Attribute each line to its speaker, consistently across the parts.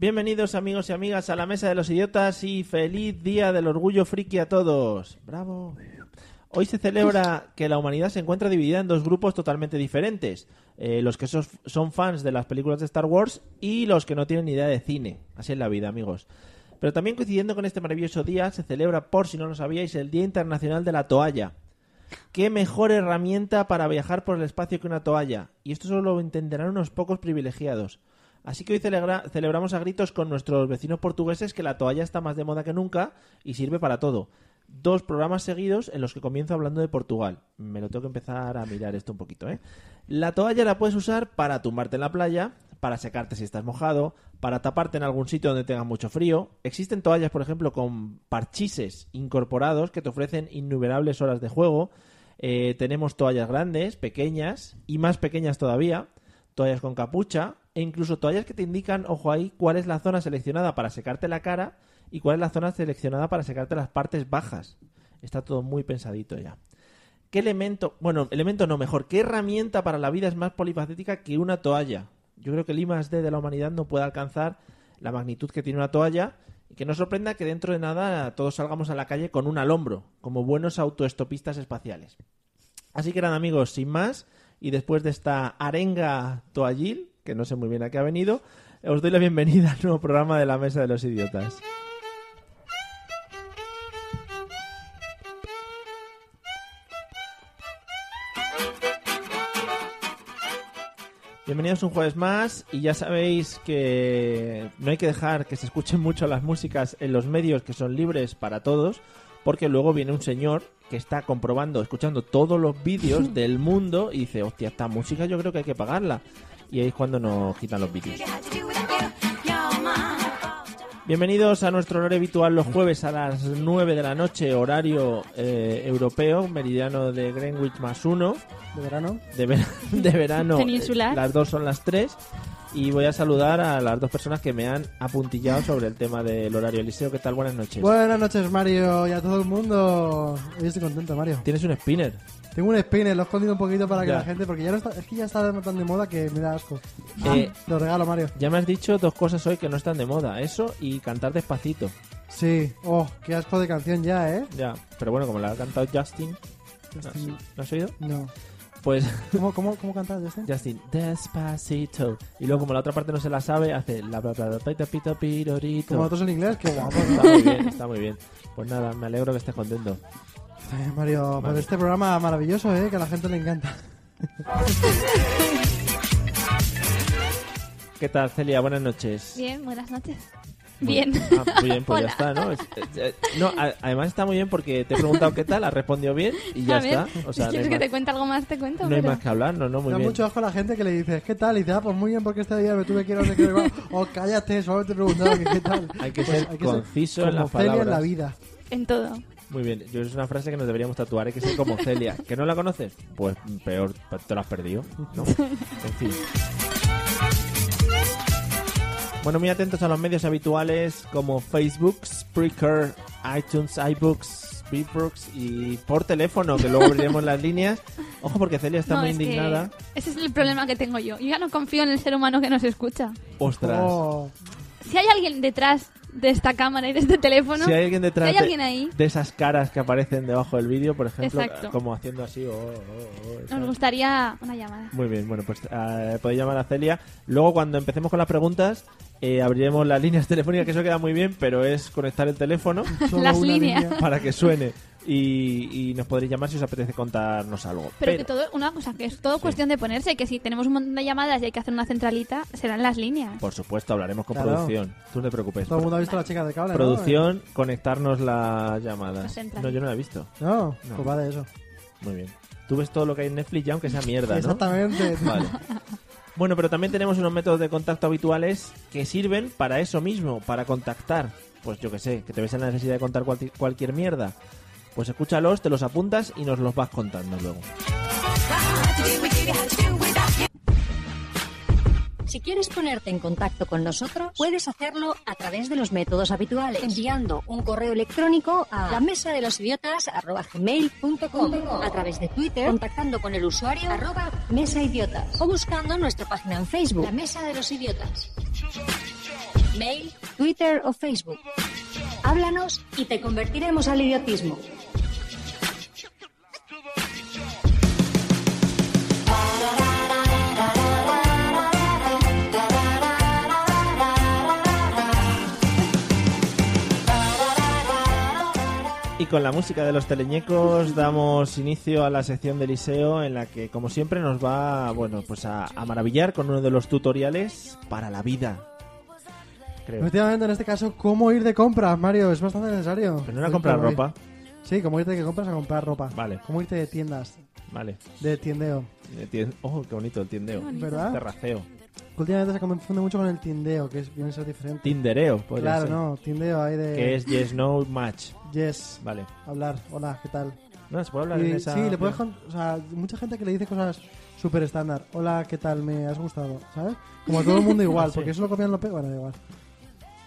Speaker 1: Bienvenidos amigos y amigas a la Mesa de los Idiotas y feliz Día del Orgullo Friki a todos. Bravo. Hoy se celebra que la humanidad se encuentra dividida en dos grupos totalmente diferentes. Eh, los que sos- son fans de las películas de Star Wars y los que no tienen ni idea de cine. Así es la vida, amigos. Pero también coincidiendo con este maravilloso día, se celebra, por si no lo sabíais, el Día Internacional de la Toalla. ¿Qué mejor herramienta para viajar por el espacio que una toalla? Y esto solo lo entenderán unos pocos privilegiados. Así que hoy celegra- celebramos a gritos con nuestros vecinos portugueses que la toalla está más de moda que nunca y sirve para todo. Dos programas seguidos en los que comienzo hablando de Portugal. Me lo tengo que empezar a mirar esto un poquito, ¿eh? La toalla la puedes usar para tumbarte en la playa, para secarte si estás mojado, para taparte en algún sitio donde tenga mucho frío. Existen toallas, por ejemplo, con parchises incorporados que te ofrecen innumerables horas de juego. Eh, tenemos toallas grandes, pequeñas y más pequeñas todavía, toallas con capucha e incluso toallas que te indican, ojo ahí, cuál es la zona seleccionada para secarte la cara y cuál es la zona seleccionada para secarte las partes bajas. Está todo muy pensadito ya. ¿Qué elemento, bueno, elemento no, mejor, qué herramienta para la vida es más polifacética que una toalla? Yo creo que el I más D de la humanidad no puede alcanzar la magnitud que tiene una toalla y que no sorprenda que dentro de nada todos salgamos a la calle con un al hombro, como buenos autoestopistas espaciales. Así que nada, amigos, sin más, y después de esta arenga toallil, que no sé muy bien a qué ha venido, os doy la bienvenida al nuevo programa de la Mesa de los Idiotas. Bienvenidos un jueves más y ya sabéis que no hay que dejar que se escuchen mucho las músicas en los medios que son libres para todos porque luego viene un señor que está comprobando, escuchando todos los vídeos del mundo y dice, hostia, esta música yo creo que hay que pagarla. Y ahí es cuando nos quitan los vídeos. Bienvenidos a nuestro horario habitual los jueves a las 9 de la noche, horario eh, europeo, meridiano de Greenwich más 1
Speaker 2: de verano.
Speaker 1: de, ver- de verano.
Speaker 3: Peninsular.
Speaker 1: eh, Las dos son las tres. Y voy a saludar a las dos personas que me han apuntillado sobre el tema del horario Eliseo. ¿Qué tal? Buenas noches.
Speaker 2: Buenas noches, Mario, y a todo el mundo. Hoy estoy contento, Mario.
Speaker 1: Tienes un spinner.
Speaker 2: Tengo un spinner, lo he escondido un poquito para que
Speaker 1: Ya.
Speaker 2: la gente, porque ya no está, es que ya está tan de moda que me da asco.
Speaker 1: Eh,
Speaker 2: Lo regalo, Mario.
Speaker 1: ya me has dicho dos cosas hoy que no están de moda. Eso y cantar despacito.
Speaker 2: Sí. Oh, qué asco de canción ya, ¿eh?
Speaker 1: Ya. Pero bueno, como la ha cantado Justin. ¿no has-
Speaker 2: Justin.
Speaker 1: ¿No has oído?
Speaker 2: No.
Speaker 1: Pues
Speaker 2: ¿Cómo, cómo, cómo cantas, Justin?
Speaker 1: Justin, despacito. Y luego como la otra parte no se la sabe, hace la bla bla bla pita, pita, pirorito.
Speaker 2: Como nosotros en inglés, qué guapo.
Speaker 1: Está muy bien, está muy bien. Pues nada, me alegro que estés contento.
Speaker 2: Eh, Mario, por este programa maravilloso, ¿eh? Que a la gente le encanta.
Speaker 1: ¿Qué tal, Celia? Buenas noches.
Speaker 3: Bien, buenas noches. Bien.
Speaker 1: Ah, muy bien, pues ya
Speaker 3: Hola.
Speaker 1: está, ¿no? Es- es- eh, no, a- además está muy bien porque te he preguntado qué tal, has respondido bien y ya
Speaker 3: a ver,
Speaker 1: está. O sea,
Speaker 3: si
Speaker 1: no hay,
Speaker 3: quieres que
Speaker 1: más,
Speaker 3: te cuente algo más, te cuento.
Speaker 1: no hay
Speaker 3: pero-
Speaker 1: más que hablar, no, no, muy
Speaker 2: da
Speaker 1: bien.
Speaker 2: mucho asco a la gente que le dices, ¿qué tal? Y dice, ah, pues muy bien, porque este día me tuve que ir a donde quiero ir. O cállate, solamente preguntaba que qué tal. Pues
Speaker 1: Hay que ser conciso en
Speaker 2: como
Speaker 1: las
Speaker 2: Celia en la
Speaker 1: palabras.
Speaker 2: vida.
Speaker 3: En todo.
Speaker 1: Muy bien, yo es una frase que nos deberíamos tatuar, hay que ser como Celia. ¿Que no la conoces? Pues peor, te la has perdido, ¿no? En fin. Bueno, muy atentos a los medios habituales como Facebook, Spreaker, iTunes, iBooks, Beatbooks y por teléfono, que luego abriremos las líneas. Ojo porque Celia está
Speaker 3: No,
Speaker 1: muy
Speaker 3: es que
Speaker 1: indignada.
Speaker 3: Ese es el problema que tengo yo. Yo ya no confío en el ser humano que nos escucha.
Speaker 1: Ostras.
Speaker 2: Oh.
Speaker 3: Si hay alguien detrás de esta cámara y de este teléfono,
Speaker 1: si hay alguien detrás
Speaker 3: si hay
Speaker 1: de-
Speaker 3: alguien ahí.
Speaker 1: de esas caras que aparecen debajo del vídeo, por ejemplo,
Speaker 3: Exacto.
Speaker 1: como haciendo así, oh, oh, oh, esa-
Speaker 3: nos gustaría una llamada.
Speaker 1: Muy bien, bueno, pues eh, podéis llamar a Celia. Luego, cuando empecemos con las preguntas, eh, abriremos las líneas telefónicas, que eso queda muy bien, pero es conectar el teléfono
Speaker 2: Solo
Speaker 3: Las
Speaker 2: una
Speaker 3: líneas.
Speaker 2: línea.
Speaker 1: para que suene. Y, y nos podréis llamar si os apetece contarnos algo.
Speaker 3: Pero, que todo, una cosa, que es todo cuestión de ponerse, que si tenemos un montón de llamadas y hay que hacer una centralita, serán las líneas.
Speaker 1: Por supuesto, hablaremos con
Speaker 2: Claro.
Speaker 1: producción. Tú no te preocupes.
Speaker 2: Todo el mundo ha visto a la chica de cable, ¿no?
Speaker 1: producción, conectarnos las llamadas.
Speaker 3: Las entradas.
Speaker 1: No, yo no la he visto.
Speaker 2: No,
Speaker 1: No.
Speaker 2: pues va de eso.
Speaker 1: Muy bien. Tú ves todo lo que hay en Netflix ya, aunque sea mierda, ¿no?
Speaker 2: Exactamente.
Speaker 1: Vale. Bueno, pero también tenemos unos métodos de contacto habituales que sirven para eso mismo, para contactar. Pues yo que sé, que te ves en la necesidad de contar cualti- cualquier mierda. Pues escúchalos, te los apuntas y nos los vas contando luego.
Speaker 4: Si quieres ponerte en contacto con nosotros, puedes hacerlo a través de los métodos habituales, enviando un correo electrónico a la mesa de los idiotas a través de Twitter, contactando con el usuario arroba mesa idiotas o buscando nuestra página en Facebook, la mesa de los idiotas. Mail, Twitter o Facebook. Háblanos y te convertiremos al idiotismo.
Speaker 1: Y con la música de los teleñecos damos inicio a la sección de liceo en la que, como siempre, nos va bueno, pues a, a maravillar con uno de los tutoriales para la vida. Creo.
Speaker 2: Efectivamente, en este caso, ¿cómo ir de compras, Mario? Es bastante necesario.
Speaker 1: Pero no era comprar
Speaker 2: Hoy por
Speaker 1: ropa.
Speaker 2: hoy. Sí, ¿cómo irte de compras a comprar ropa?
Speaker 1: Vale.
Speaker 2: ¿Cómo irte de tiendas?
Speaker 1: Vale.
Speaker 2: De tiendeo.
Speaker 1: Eh, tien- Oh, qué bonito el tiendeo.
Speaker 2: ¿Verdad?
Speaker 1: Terraceo.
Speaker 2: Últimamente se confunde mucho con el tindeo, que es, viene a ser diferente.
Speaker 1: Tindereo, podría
Speaker 2: claro,
Speaker 1: ser.
Speaker 2: no, tindeo hay de...
Speaker 1: Que es Yes No Match.
Speaker 2: Yes.
Speaker 1: Vale.
Speaker 2: Hablar, hola, ¿qué tal?
Speaker 1: No, se puede hablar
Speaker 2: Y-
Speaker 1: en esa.
Speaker 2: Sí, le puedes con- O sea, mucha gente que le dice cosas súper estándar. Hola, ¿qué tal? ¿Me has gustado? ¿Sabes? Como a todo el mundo igual,
Speaker 1: Sí.
Speaker 2: porque eso lo copian lo pe... Bueno, da igual.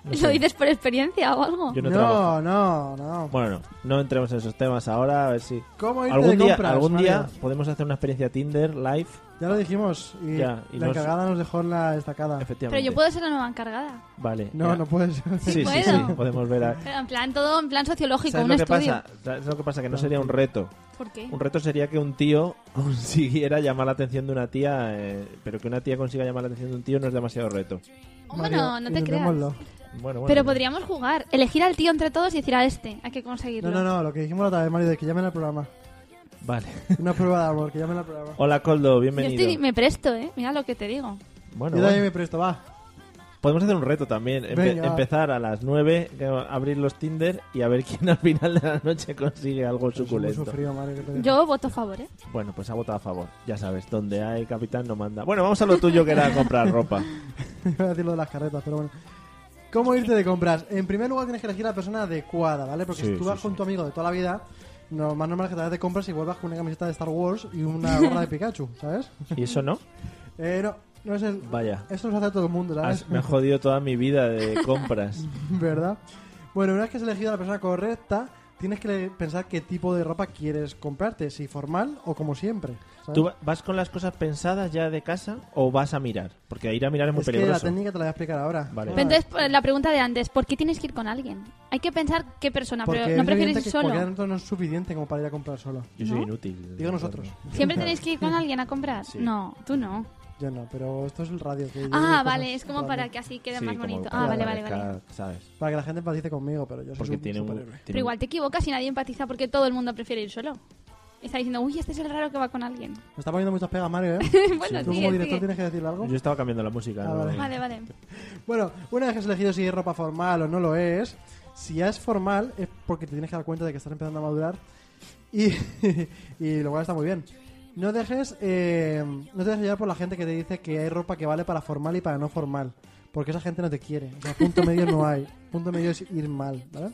Speaker 1: No sé.
Speaker 3: ¿Lo dices por experiencia o algo?
Speaker 1: Yo no, trabajo.
Speaker 2: No, no, no.
Speaker 1: Bueno, no, no entremos en esos temas ahora, a ver si.
Speaker 2: ¿Cómo irte
Speaker 1: Algún
Speaker 2: de
Speaker 1: día,
Speaker 2: compras,
Speaker 1: algún día
Speaker 2: Mario?
Speaker 1: podemos hacer una experiencia Tinder live.
Speaker 2: Ya lo dijimos. Y,
Speaker 1: Ya, y
Speaker 2: la
Speaker 1: nos-
Speaker 2: encargada nos dejó en la estacada.
Speaker 1: Efectivamente.
Speaker 3: Pero yo puedo ser la nueva encargada.
Speaker 1: Vale.
Speaker 2: Ah. No,
Speaker 1: ya.
Speaker 2: no puedes.
Speaker 1: Sí, sí,
Speaker 3: puedo.
Speaker 1: sí, podemos ver. A...
Speaker 3: Pero en plan, todo en plan sociológico,
Speaker 1: ¿Sabes
Speaker 3: un
Speaker 1: lo que
Speaker 3: estudio.
Speaker 1: pasa? ¿Sabes lo que pasa? Que
Speaker 2: Ah,
Speaker 1: no sería un reto.
Speaker 3: ¿Por qué?
Speaker 1: Un reto sería que un tío consiguiera llamar la atención de una tía, eh, pero que una tía consiga llamar la atención de un tío no es demasiado reto.
Speaker 3: Hombre, no,
Speaker 2: Mario,
Speaker 3: no te creas.
Speaker 2: intentémoslo.
Speaker 1: Bueno, bueno.
Speaker 3: Pero podríamos jugar, elegir al tío entre todos y decir a este, hay que conseguirlo.
Speaker 2: No, no, no, lo que dijimos la otra vez, Mario, de que llamen al programa.
Speaker 1: Vale.
Speaker 2: Una prueba de amor, que llamen al programa.
Speaker 1: Hola, Coldo,
Speaker 3: Yo
Speaker 1: bienvenido.
Speaker 3: estoy, me presto, ¿eh? Mira lo que te digo.
Speaker 1: Bueno, bueno.
Speaker 2: Yo también me presto, va.
Speaker 1: podemos hacer un reto también. Empe-
Speaker 2: Venga, va.
Speaker 1: empezar a las 9, que- abrir los Tinder y a ver quién al final de la noche consigue algo
Speaker 2: Pues hemos
Speaker 1: suculento.
Speaker 2: sufrido, Mario, que te digo.
Speaker 3: Yo voto a favor, ¿eh?
Speaker 1: Bueno, pues ha votado a favor. Ya sabes, donde hay capitán no manda. Bueno, vamos a lo tuyo que era comprar ropa.
Speaker 2: Iba a decir lo de las carretas, pero bueno. ¿Cómo irte de compras? En primer lugar tienes que elegir la persona adecuada, ¿vale? Porque
Speaker 1: Sí,
Speaker 2: si tú vas
Speaker 1: sí,
Speaker 2: con
Speaker 1: sí.
Speaker 2: tu amigo de toda la vida, lo más normal es que te vayas de compras y vuelvas con una camiseta de Star Wars y una gorra de Pikachu, ¿sabes?
Speaker 1: ¿Y eso no?
Speaker 2: Eh, no, no es el...
Speaker 1: Vaya.
Speaker 2: Eso lo hace todo el mundo, ¿sabes?
Speaker 1: Has- me ha jodido toda mi vida de compras.
Speaker 2: ¿Verdad? Bueno, una vez que has elegido a la persona correcta, tienes que le- pensar qué tipo de ropa quieres comprarte, si formal o como siempre. ¿sabes?
Speaker 1: ¿Tú va- vas con las cosas pensadas ya de casa o vas a mirar? Porque ir a mirar es muy
Speaker 2: es que la
Speaker 1: peligroso.
Speaker 2: técnica te la voy a explicar ahora.
Speaker 1: Vale.
Speaker 3: Pero entonces, pues, la pregunta de antes, ¿por qué tienes que ir con alguien? Hay que pensar qué persona,
Speaker 2: Porque
Speaker 3: pero no
Speaker 2: es
Speaker 3: prefieres
Speaker 2: evidente
Speaker 3: ir
Speaker 2: que
Speaker 3: solo.
Speaker 2: cualquier otro no es suficiente como para ir a comprar solo.
Speaker 1: Yo soy
Speaker 3: ¿no?
Speaker 1: inútil.
Speaker 2: Digo nosotros.
Speaker 3: ¿Siempre tenéis que ir con alguien a comprar?
Speaker 1: Sí.
Speaker 3: No, tú no.
Speaker 2: Yo no, pero esto es el radio. que yo digo
Speaker 3: Ah,
Speaker 2: cosas
Speaker 3: vale, es como
Speaker 2: random.
Speaker 3: para que así quede
Speaker 1: Sí,
Speaker 3: más
Speaker 1: como
Speaker 3: bonito.
Speaker 1: para
Speaker 3: Ah, vale,
Speaker 1: la
Speaker 3: vale, vale.
Speaker 1: marca, ¿Sabes?
Speaker 2: Para que la gente empatice conmigo, pero yo soy
Speaker 1: Porque
Speaker 2: un
Speaker 1: tiene un.
Speaker 2: superhéroe.
Speaker 1: tiene
Speaker 3: Pero
Speaker 1: un-
Speaker 3: igual te equivocas y nadie empatiza porque todo el mundo prefiere ir solo. Está diciendo, uy, este es el raro que va con alguien.
Speaker 2: Me está poniendo muchas pegas, Mario, ¿eh?
Speaker 3: bueno,
Speaker 2: ¿Tú
Speaker 3: sigue,
Speaker 2: como director
Speaker 3: sigue.
Speaker 2: tienes que decirle algo?
Speaker 1: Yo estaba cambiando la música.
Speaker 2: Ah,
Speaker 1: ¿no?
Speaker 2: vale.
Speaker 3: Vale, vale.
Speaker 2: Bueno, una vez que has elegido si es ropa formal o no lo es, si ya es formal es porque te tienes que dar cuenta de que estás empezando a madurar y, y lo cual está muy bien. No dejes, eh, no te dejes llevar por la gente que te dice que hay ropa que vale para formal y para no formal, porque esa gente no te quiere. O sea, punto medio no hay. Punto medio es ir mal, ¿vale?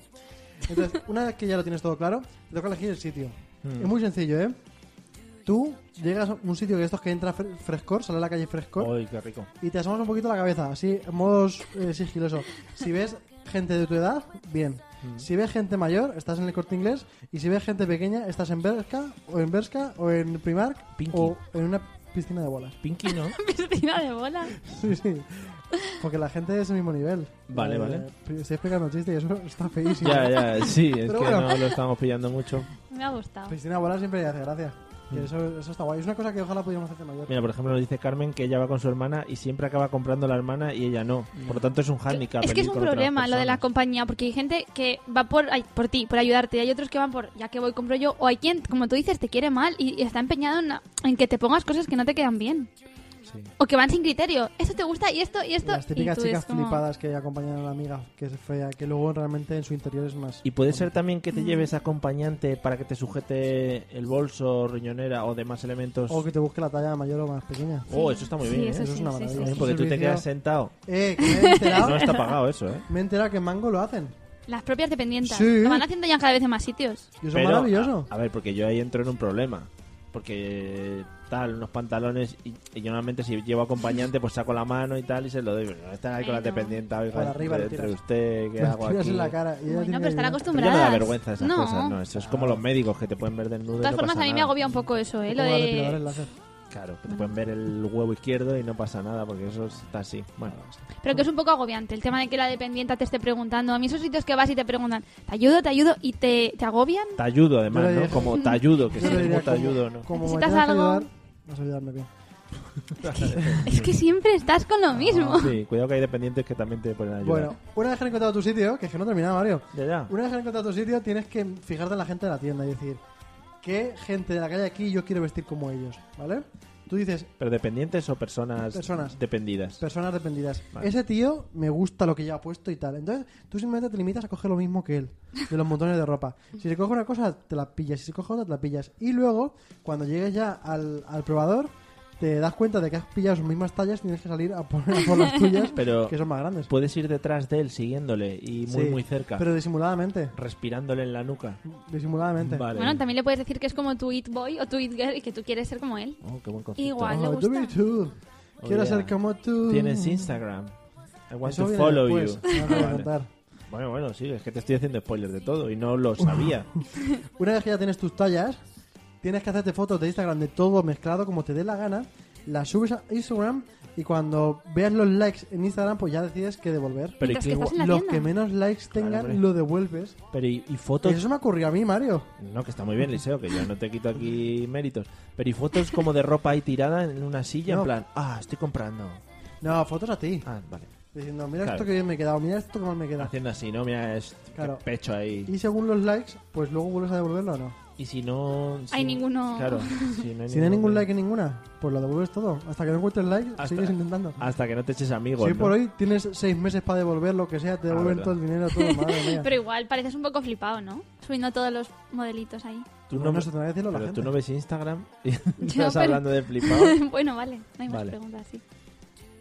Speaker 2: Entonces, una vez que ya lo tienes todo claro, te toca elegir el sitio.
Speaker 1: Hmm.
Speaker 2: Es muy sencillo, ¿eh? Tú llegas a un sitio que estos que entra fre- frescor, sale a la calle frescor,
Speaker 1: Uy, qué rico.
Speaker 2: y te asomas un poquito la cabeza, así, en modo eh, sigiloso. Si ves gente de tu edad, bien.
Speaker 1: Mm.
Speaker 2: Si ves gente mayor, estás en el corte inglés. Y si ves gente pequeña, estás en Berska, o en Berska, o en Primark,
Speaker 1: Pinky.
Speaker 2: o en una piscina de bolas.
Speaker 1: Pinky, ¿no?
Speaker 3: Piscina de bola.
Speaker 2: Sí, sí. Porque la gente es el mismo nivel.
Speaker 1: Vale,
Speaker 2: Eh,
Speaker 1: vale.
Speaker 2: Estoy explicando chiste y eso está feísimo.
Speaker 1: ya, ya, sí, es
Speaker 2: Pero
Speaker 1: que
Speaker 2: bueno.
Speaker 1: no lo estamos pillando mucho.
Speaker 3: Me ha gustado.
Speaker 2: Piscina de bolas siempre hace gracia.
Speaker 1: Mm.
Speaker 2: Que eso, eso está guay. Es una cosa que ojalá pudiéramos hacer mayor.
Speaker 1: Mira, por ejemplo, nos dice Carmen que ella va con su hermana y siempre acaba comprando la hermana y ella no. Por lo tanto, es un hándicap.
Speaker 3: Es
Speaker 1: venir
Speaker 3: que es un
Speaker 1: con otras
Speaker 3: problema lo de la
Speaker 1: personas.
Speaker 3: compañía, porque hay gente que va por, ay, por ti, por ayudarte, y hay otros que van por, ya que voy, compro yo, o hay quien, como tú dices, te quiere mal y, y está empeñado en, en que te pongas cosas que no te quedan bien.
Speaker 1: Sí.
Speaker 3: O que van sin criterio. Esto te gusta y esto y esto.
Speaker 2: Las típicas
Speaker 3: y tú
Speaker 2: chicas
Speaker 3: es como-
Speaker 2: flipadas que acompañan a la amiga que es fea, que luego realmente en su interior es más.
Speaker 1: Y puede ser también que te
Speaker 3: Mm.
Speaker 1: lleves acompañante para que te sujete el bolso, riñonera o demás elementos.
Speaker 2: O que te busque la talla mayor o más pequeña.
Speaker 1: Oh, eso está muy
Speaker 3: Sí,
Speaker 1: bien,
Speaker 3: eso
Speaker 1: ¿eh?
Speaker 2: Eso es
Speaker 3: sí,
Speaker 2: una
Speaker 3: sí, sí,
Speaker 2: maravilla.
Speaker 3: sí.
Speaker 1: Porque tú te
Speaker 2: Servicio-
Speaker 1: quedas sentado.
Speaker 2: Eh, que me he enterado.
Speaker 1: No está pagado eso, ¿eh?
Speaker 2: Me he enterado que en Mango lo hacen.
Speaker 3: Las propias dependientes.
Speaker 2: Sí.
Speaker 3: Lo van haciendo ya en cada vez en más sitios.
Speaker 2: Y eso es
Speaker 1: Pero,
Speaker 2: maravilloso.
Speaker 1: A, a ver, porque yo ahí entro en un problema. Porque tal, unos pantalones y, y yo normalmente si llevo acompañante pues saco la mano y tal y se lo doy. Pero no estar ahí con la
Speaker 3: Ay, no.
Speaker 1: dependiente, oiga,
Speaker 2: Por arriba le
Speaker 1: entre
Speaker 2: tiras.
Speaker 1: usted, ¿qué
Speaker 2: Las
Speaker 1: hago
Speaker 2: tiras
Speaker 1: aquí?
Speaker 2: en la cara. Y ella
Speaker 3: Bueno,
Speaker 2: tiene
Speaker 3: pero están
Speaker 2: que-
Speaker 1: Pero
Speaker 3: acostumbradas.
Speaker 1: ya no da vergüenza esas
Speaker 3: No.
Speaker 1: cosas, no. Eso es como los médicos que te pueden ver desnudo.
Speaker 3: De
Speaker 1: y
Speaker 3: todas
Speaker 1: no
Speaker 3: formas,
Speaker 1: pasa
Speaker 3: a mí me
Speaker 1: nada.
Speaker 3: agobia un poco eso, ¿eh? Lo
Speaker 2: como los depiladores
Speaker 3: de...
Speaker 2: láser.
Speaker 1: Claro, que te pueden ver el huevo izquierdo y no pasa nada porque eso está así. Bueno,
Speaker 3: Pero que es un poco agobiante el tema de que la dependiente te esté preguntando. A mí esos sitios que vas y te preguntan, ¿te ayudo, te ayudo? Y te, te agobian.
Speaker 1: te ayudo además,
Speaker 2: Yo le
Speaker 1: ¿no?
Speaker 2: dije-
Speaker 1: Como te ayudo, que
Speaker 2: Yo
Speaker 1: si
Speaker 2: le diría
Speaker 1: te ayudo, ¿no?
Speaker 2: como, como me
Speaker 3: ¿Necesitas
Speaker 2: tengas que
Speaker 3: algo?
Speaker 2: ayudar, vas a ayudarme bien.
Speaker 3: Es que siempre estás con lo mismo.
Speaker 1: Sí, cuidado que hay dependientes que también te pueden ayudar.
Speaker 2: Bueno, una vez que has encontrado tu sitio, que es que no he terminado, Mario.
Speaker 1: ya, ya.
Speaker 2: Una vez que has encontrado tu sitio, tienes que fijarte en la gente de la tienda y decir, ¿qué gente de la calle aquí yo quiero vestir como ellos? ¿Vale? Tú dices,
Speaker 1: ¿Pero dependientes o personas,
Speaker 2: Personas.
Speaker 1: dependidas?
Speaker 2: personas dependidas.
Speaker 1: Vale.
Speaker 2: Ese tío me gusta lo que ya ha puesto y tal. Entonces, tú simplemente te limitas a coger lo mismo que él, de los montones de ropa. Si se coge una cosa, te la pillas. Si se coge otra, te la pillas. Y luego, cuando llegues ya al, al probador, te das cuenta de que has pillado sus mismas tallas y tienes que salir a poner a por las tuyas,
Speaker 1: Pero-
Speaker 2: que son más grandes.
Speaker 1: Puedes ir detrás de él siguiéndole y muy,
Speaker 2: Sí,
Speaker 1: muy cerca,
Speaker 2: Pero disimuladamente.
Speaker 1: respirándole en la nuca.
Speaker 2: Disimuladamente.
Speaker 1: Vale.
Speaker 3: Bueno, también le puedes decir que es como tu it boy o tu it girl y que tú quieres ser como él.
Speaker 1: Oh, qué buen concepto.
Speaker 3: Igual. le
Speaker 2: Oh,
Speaker 3: gusta.
Speaker 2: do me too.
Speaker 1: Oh,
Speaker 2: Quiero
Speaker 1: yeah.
Speaker 2: ser como tú.
Speaker 1: Tienes Instagram. I want
Speaker 2: Eso
Speaker 1: to
Speaker 2: viene
Speaker 1: follow
Speaker 2: después,
Speaker 1: you.
Speaker 2: ya te voy a
Speaker 1: Vale.
Speaker 2: contar.
Speaker 1: Bueno, bueno, sí, es que te estoy haciendo spoilers de todo y no lo sabía.
Speaker 2: Una vez que ya tienes tus tallas, tienes que hacerte fotos de Instagram de todo mezclado como te dé la gana, las subes a Instagram y cuando veas los likes en Instagram, pues ya decides qué devolver.
Speaker 1: Pero, ¿y
Speaker 3: Mientras
Speaker 1: qué
Speaker 3: que
Speaker 1: gua-
Speaker 3: estás en la
Speaker 2: los
Speaker 3: tienda.
Speaker 2: que menos likes tengan
Speaker 1: hombre.
Speaker 2: lo devuelves.
Speaker 1: pero ¿y, y fotos?
Speaker 2: Pues eso me ocurrió a mí, Mario.
Speaker 1: No, que está muy bien, Liceo, que yo no te quito aquí méritos. Pero ¿y fotos como de ropa ahí tirada en una silla?
Speaker 2: No.
Speaker 1: En plan, ah, estoy comprando.
Speaker 2: No, fotos a ti.
Speaker 1: Ah, vale.
Speaker 2: Diciendo, mira
Speaker 1: Claro.
Speaker 2: esto que bien me he quedado, mira esto que mal me he quedado.
Speaker 1: Haciendo así, ¿no? Mira, es qué
Speaker 2: Claro.
Speaker 1: pecho ahí.
Speaker 2: Y según los likes, pues luego vuelves a devolverlo o no.
Speaker 1: Y si no... si-
Speaker 3: Hay ninguno.
Speaker 1: Claro. Si no hay,
Speaker 2: Si no hay ningún like en ninguna, pues lo devuelves todo. Hasta que no encuentres likes,
Speaker 1: Hasta-
Speaker 2: sigues intentando.
Speaker 1: Hasta que no te eches amigos,
Speaker 2: Si
Speaker 1: ¿no?
Speaker 2: por hoy tienes seis meses para devolver lo que sea, te
Speaker 1: Ah,
Speaker 2: devuelven
Speaker 1: verdad.
Speaker 2: todo el dinero, todo, madre mía.
Speaker 3: Pero igual, pareces un poco flipado, ¿no? Subiendo todos los modelitos ahí.
Speaker 1: Tú
Speaker 2: Bueno,
Speaker 1: no,
Speaker 2: eso tendrá que decirlo la
Speaker 1: pero
Speaker 2: gente.
Speaker 1: tú no ves Instagram y estás
Speaker 3: pero-
Speaker 1: hablando de flipado.
Speaker 3: bueno, vale, no hay más
Speaker 1: Vale.
Speaker 3: preguntas, sí.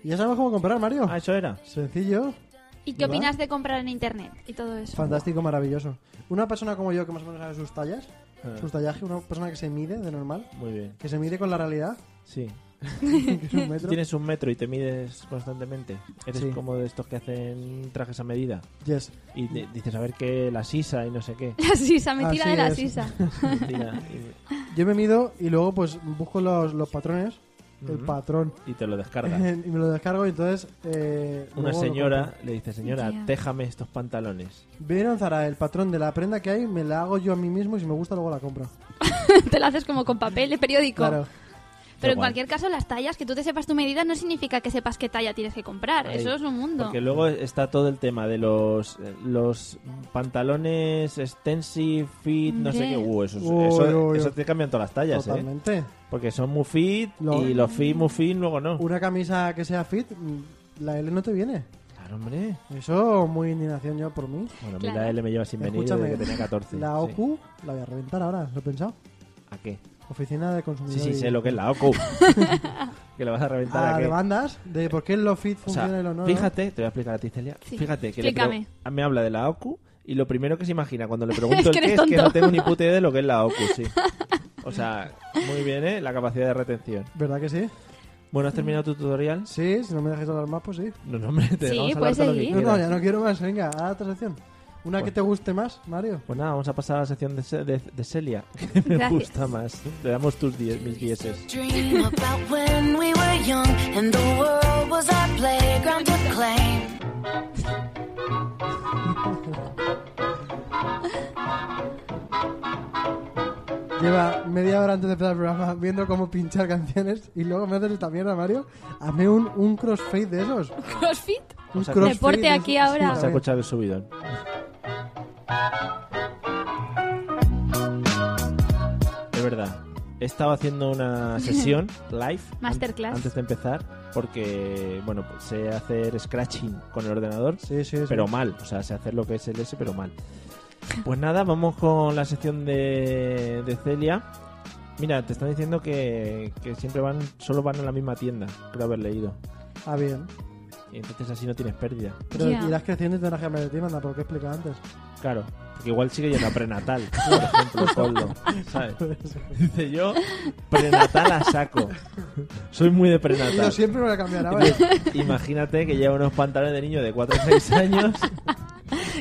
Speaker 2: ¿Y ya sabemos cómo comprar, Mario?
Speaker 1: Ah, eso era.
Speaker 2: Sencillo,
Speaker 3: ¿Y qué
Speaker 2: ¿Va?
Speaker 3: opinas de comprar en internet y todo eso?
Speaker 2: fantástico, maravilloso. Una persona como yo que más o menos sabe sus tallas,
Speaker 1: Ah,
Speaker 2: sus tallajes, una persona que se mide de normal,
Speaker 1: Muy bien.
Speaker 2: que se mide con la realidad,
Speaker 1: Sí.
Speaker 2: que es un metro.
Speaker 1: Tienes un metro y te mides constantemente. Eres
Speaker 2: Sí.
Speaker 1: como de estos que hacen trajes a medida.
Speaker 2: Yes.
Speaker 1: Y
Speaker 2: Mm.
Speaker 1: te- dices, a ver qué, la sisa y no sé qué.
Speaker 3: La sisa, me tira
Speaker 2: Así
Speaker 3: de la
Speaker 2: es.
Speaker 3: sisa.
Speaker 1: Mira, y-
Speaker 2: Yo me mido y luego pues busco los, los patrones, el
Speaker 1: Ujú.
Speaker 2: patrón,
Speaker 1: y te lo descargas.
Speaker 2: y me lo descargo y entonces... eh,
Speaker 1: Una
Speaker 2: luego lo
Speaker 1: señora
Speaker 2: compro.
Speaker 1: le dice, señora,
Speaker 3: Ya.
Speaker 1: déjame estos pantalones.
Speaker 2: Viene en Zara, el patrón de la prenda que hay, me la hago yo a mí mismo y si me gusta luego la compro.
Speaker 3: Te la haces como con papel de periódico.
Speaker 2: Claro.
Speaker 3: Pero en
Speaker 1: Igual.
Speaker 3: cualquier caso, las tallas, que tú te sepas tu medida, no significa que sepas qué talla tienes que comprar.
Speaker 1: Ahí.
Speaker 3: Eso es un mundo.
Speaker 1: Porque luego está todo el tema de los eh, los pantalones extensive fit, no sé
Speaker 3: Hombre.
Speaker 1: qué. Uh, eso, es-
Speaker 2: Uy,
Speaker 1: eso,
Speaker 2: uy,
Speaker 1: eso
Speaker 2: uy.
Speaker 1: te cambian todas las tallas, ¿eh?
Speaker 2: Totalmente.
Speaker 1: Porque son muy fit
Speaker 2: Lo-
Speaker 1: y los fit, muy fit, luego no.
Speaker 2: Una camisa que sea fit, mm, la L no te viene.
Speaker 1: Claro, hombre.
Speaker 2: Eso, muy indignación yo por mí.
Speaker 1: Bueno,
Speaker 3: Claro.
Speaker 1: mira, él me lleva sin venir
Speaker 2: Escúchame,
Speaker 1: desde que tenía 14.
Speaker 2: La
Speaker 1: sí.
Speaker 2: OCU la voy a reventar ahora, lo he pensado.
Speaker 1: ¿A qué?
Speaker 2: Oficina de consumidor.
Speaker 1: Sí, sí,
Speaker 2: y-
Speaker 1: sé lo que es la OCU. que le vas a
Speaker 2: A
Speaker 1: reventar
Speaker 2: las
Speaker 1: a qué.
Speaker 2: demandas Ah, de por qué lo fit
Speaker 1: O
Speaker 2: funciona
Speaker 1: sea,
Speaker 2: y lo no. ¿no?
Speaker 1: fíjate, te voy a explicar a ti, Celia.
Speaker 3: Sí,
Speaker 1: Fíjate que le pregu-
Speaker 3: explícame.
Speaker 1: a- me habla de la OCU y lo primero que se imagina cuando le pregunto
Speaker 3: Es que
Speaker 1: el qué
Speaker 3: eres
Speaker 1: es que
Speaker 3: tonto.
Speaker 1: no tengo ni puta idea de lo que es la OCU, sí. O sea, muy bien, ¿eh? La capacidad de retención.
Speaker 2: ¿Verdad que sí?
Speaker 1: Bueno, ¿has terminado tu tutorial?
Speaker 2: Sí, si no me dejáis hablar más, pues sí.
Speaker 1: No, no, hombre, te
Speaker 3: Sí,
Speaker 1: vamos a hablar
Speaker 3: puedes
Speaker 1: todo lo que
Speaker 3: seguir.
Speaker 2: No,
Speaker 1: quieras.
Speaker 2: no, ya no quiero más. Venga, a otra sección. Una que te guste más, Mario.
Speaker 1: Pues nada, vamos a pasar a la sección de, Ce- de- de Celia, que me
Speaker 3: Gracias.
Speaker 1: gusta más. Le damos tus 10, mis dieces.
Speaker 5: Dream about when we were young and the world was our playground to claim.
Speaker 2: Lleva media hora antes de empezar el programa viendo cómo pinchar canciones y luego me haces esta mierda, Mario. Hazme un, un crossfade de esos.
Speaker 3: ¿Crossfit?
Speaker 2: Un
Speaker 1: sea,
Speaker 2: crossfade
Speaker 3: Deporte
Speaker 2: de esos.
Speaker 3: aquí ahora.
Speaker 2: a
Speaker 1: Vas a
Speaker 2: ver.
Speaker 1: escuchar el subidón. Es verdad. estaba haciendo una sesión live an-
Speaker 3: Masterclass.
Speaker 1: antes de empezar porque bueno pues, sé hacer scratching con el ordenador
Speaker 2: Sí, sí, sí.
Speaker 1: pero mal o sea sé hacer lo que es el S pero mal pues nada vamos con la sección de, de Celia mira te están diciendo que, que siempre van solo van a la misma tienda creo haber leído
Speaker 2: Ah, bien.
Speaker 1: y entonces así no tienes pérdida
Speaker 2: Pero
Speaker 3: Ya.
Speaker 2: irás creciendo y tendrás que hablar de ti, anda, por lo que he explicado antes.
Speaker 1: Claro, porque igual sigue yendo a prenatal, por ejemplo, ponlo, ¿sabes? Dice yo, prenatal a saco. Soy muy de
Speaker 2: Yo
Speaker 1: prenatal.
Speaker 2: siempre me voy a cambiar, ahora.
Speaker 1: Imagínate que lleva unos pantalones de niño de 4 o 6 años.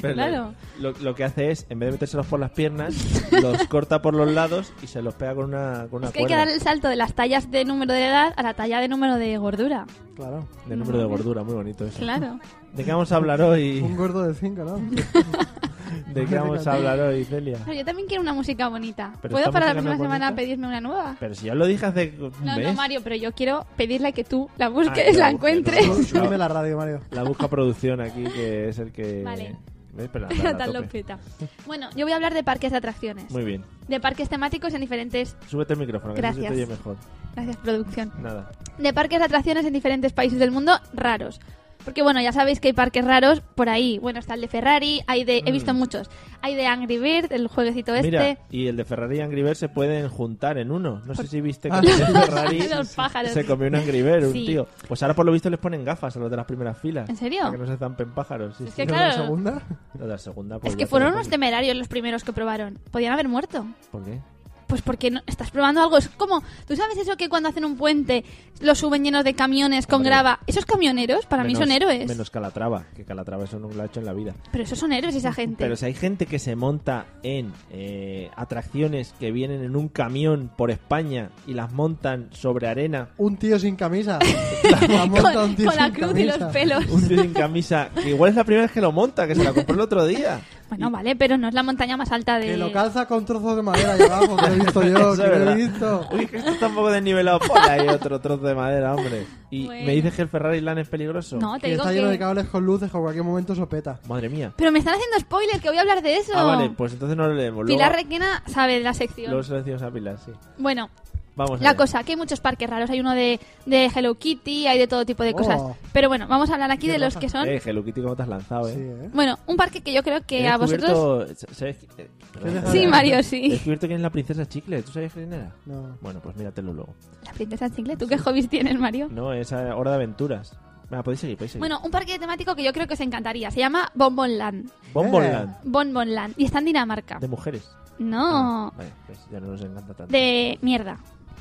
Speaker 1: Pero
Speaker 3: Claro.
Speaker 1: Lo, lo que hace es, en vez de metérselos por las piernas, los corta por los lados y se los pega con una, con una
Speaker 3: Es que hay que
Speaker 1: cuerda
Speaker 3: dar el salto de las tallas de número de edad a la talla de número de gordura.
Speaker 2: Claro.
Speaker 1: de número de gordura. Muy bonito eso.
Speaker 3: Claro.
Speaker 1: ¿De qué vamos a hablar hoy?
Speaker 2: Un gordo de 5, ¿no?
Speaker 1: ¿De qué vamos a hablar hoy, Celia?
Speaker 3: Pero yo también quiero una música bonita.
Speaker 1: Pero
Speaker 3: ¿Puedo
Speaker 1: esta
Speaker 3: para la
Speaker 1: música no
Speaker 3: próxima
Speaker 1: es
Speaker 3: semana
Speaker 1: bonita.
Speaker 3: pedirme una nueva?
Speaker 1: Pero si ya lo dije hace un
Speaker 3: No,
Speaker 1: mes.
Speaker 3: no, Mario, pero yo quiero pedirle que tú la
Speaker 1: Ah,
Speaker 3: busques,
Speaker 1: yo
Speaker 3: la
Speaker 1: la busqué,
Speaker 3: encuentres.
Speaker 1: no, no.
Speaker 2: Súbeme la radio, Mario.
Speaker 1: La busca producción aquí, que es el que...
Speaker 3: Vale.
Speaker 1: ¿Ves? Pero nada, a
Speaker 3: Tan
Speaker 1: tope.
Speaker 3: loquita. Bueno, yo voy a hablar de parques de atracciones.
Speaker 1: Muy bien.
Speaker 3: De parques temáticos en diferentes...
Speaker 1: Súbete el micrófono, que así se te oye
Speaker 3: Gracias.
Speaker 1: mejor.
Speaker 3: Gracias, producción.
Speaker 1: Nada.
Speaker 3: de parques de atracciones en diferentes países del mundo raros. Porque bueno, ya sabéis que hay parques raros por ahí. Bueno, está el de Ferrari, hay de he visto muchos. Hay de Angry Bird, el jueguecito este.
Speaker 1: Mm. Mira, y el de Ferrari y Angry Bird se pueden juntar en uno. No sé si viste que
Speaker 2: Ah,
Speaker 1: el de Ferrari
Speaker 3: Los pájaros.
Speaker 1: se comió un Angry Bird, un
Speaker 3: Sí.
Speaker 1: tío. Pues ahora por lo visto les ponen gafas a los de las primeras filas.
Speaker 3: ¿En serio?
Speaker 1: Para que no se zampen pájaros. Sí,
Speaker 3: Es
Speaker 1: sí.
Speaker 3: que
Speaker 2: ¿Y luego la
Speaker 3: claro,
Speaker 2: segunda?
Speaker 1: Los de la segunda, pues
Speaker 3: es
Speaker 1: ya
Speaker 3: que
Speaker 1: te
Speaker 3: fueron
Speaker 1: lo
Speaker 3: unos
Speaker 1: ponen.
Speaker 3: temerarios los primeros que probaron. Podían haber muerto.
Speaker 1: ¿Por qué?
Speaker 3: Pues porque no- estás probando algo. Es como, ¿tú sabes eso que cuando hacen un puente lo suben llenos de camiones con
Speaker 1: Hombre.
Speaker 3: grava? Esos camioneros para mí son
Speaker 1: Menos-
Speaker 3: héroes.
Speaker 1: Menos Calatrava, que Calatrava eso no lo ha hecho en la vida.
Speaker 3: Pero esos son héroes esa gente.
Speaker 1: Pero si hay gente que se monta en eh, atracciones que vienen en un camión por España y las montan sobre arena,
Speaker 2: Un tío sin camisa. La
Speaker 3: con,
Speaker 2: monta un tío
Speaker 3: con la
Speaker 2: sin
Speaker 3: cruz y
Speaker 2: camisa.
Speaker 3: los pelos.
Speaker 1: un tío sin camisa, que igual es la primera vez que lo monta, que se la compró el otro día.
Speaker 3: Bueno, vale, pero no es la montaña más alta de...
Speaker 2: Que lo calza con trozos de madera ahí abajo, que lo he visto yo,
Speaker 1: Eso
Speaker 2: que
Speaker 1: es
Speaker 2: lo
Speaker 1: verdad.
Speaker 2: he visto.
Speaker 1: Uy, que esto está un poco desnivelado. Por ahí otro trozo de madera, hombre. ¿Y
Speaker 3: Bueno.
Speaker 1: me dices que el Ferrari Land es peligroso?
Speaker 3: No, te
Speaker 2: Que
Speaker 3: digo
Speaker 2: está
Speaker 3: que...
Speaker 2: lleno de cables con luces, que en cualquier momento sopeta.
Speaker 1: Madre mía.
Speaker 3: Pero me están haciendo spoiler, que voy a hablar de eso.
Speaker 1: Ah, vale, pues entonces no lo leemos.
Speaker 3: Pilar
Speaker 1: luego,
Speaker 3: Requena sabe de la sección.
Speaker 1: luego se lo decimos a Pilar, sí.
Speaker 3: Bueno,
Speaker 1: Vamos
Speaker 3: la
Speaker 1: allá.
Speaker 3: cosa, que hay muchos parques raros. Hay uno de, de Hello Kitty, hay de todo tipo de
Speaker 2: Oh.
Speaker 3: cosas. Pero bueno, vamos a hablar aquí
Speaker 2: Qué
Speaker 3: de los
Speaker 2: roja.
Speaker 3: que son...
Speaker 1: Eh, Hello Kitty, ¿cómo te has lanzado, eh?
Speaker 2: Sí, ¿eh?
Speaker 3: Bueno, un parque que yo creo que
Speaker 1: He
Speaker 3: a vosotros...
Speaker 1: descubierto- ¿sabes qué- eh, perdón,
Speaker 3: Sí,
Speaker 1: eh,
Speaker 3: Mario, sí.
Speaker 1: He descubierto quién es la princesa Chicle. ¿Tú sabías quién era?
Speaker 2: No.
Speaker 1: Bueno, pues míratelo luego.
Speaker 3: La princesa Chicle, ¿tú qué hobbies tienes, Mario?
Speaker 1: No, es eh, Hora de Aventuras. Venga, podéis seguir, podéis seguir.
Speaker 3: Bueno, un parque temático que yo creo que os encantaría. Se llama Bonbonland.
Speaker 1: Bombonland,
Speaker 3: Bonbonland. Y está en Dinamarca.
Speaker 1: de mujeres.
Speaker 3: eh, No.
Speaker 1: Ah, vale, pues ya no nos encanta tanto.
Speaker 3: De mierda.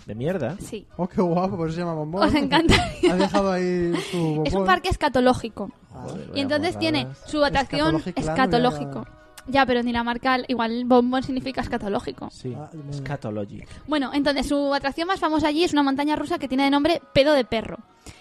Speaker 1: De mierda.
Speaker 3: Sí.
Speaker 2: Oh, qué guapo, por eso se llama bombón.
Speaker 3: Os encanta.
Speaker 2: Ha dejado ahí su bombón.
Speaker 3: Es un parque escatológico.
Speaker 1: Joder,
Speaker 3: Y
Speaker 1: vaya
Speaker 3: entonces
Speaker 1: morradas.
Speaker 3: tiene su atracción
Speaker 2: Escatológico, claro,
Speaker 3: escatológico. Ya, pero en Dinamarca igual bombón significa escatológico.
Speaker 1: Sí,
Speaker 2: Ah, me-
Speaker 1: Scatology.
Speaker 3: Bueno, entonces su atracción más famosa allí es una montaña rusa que tiene de nombre pedo de perro.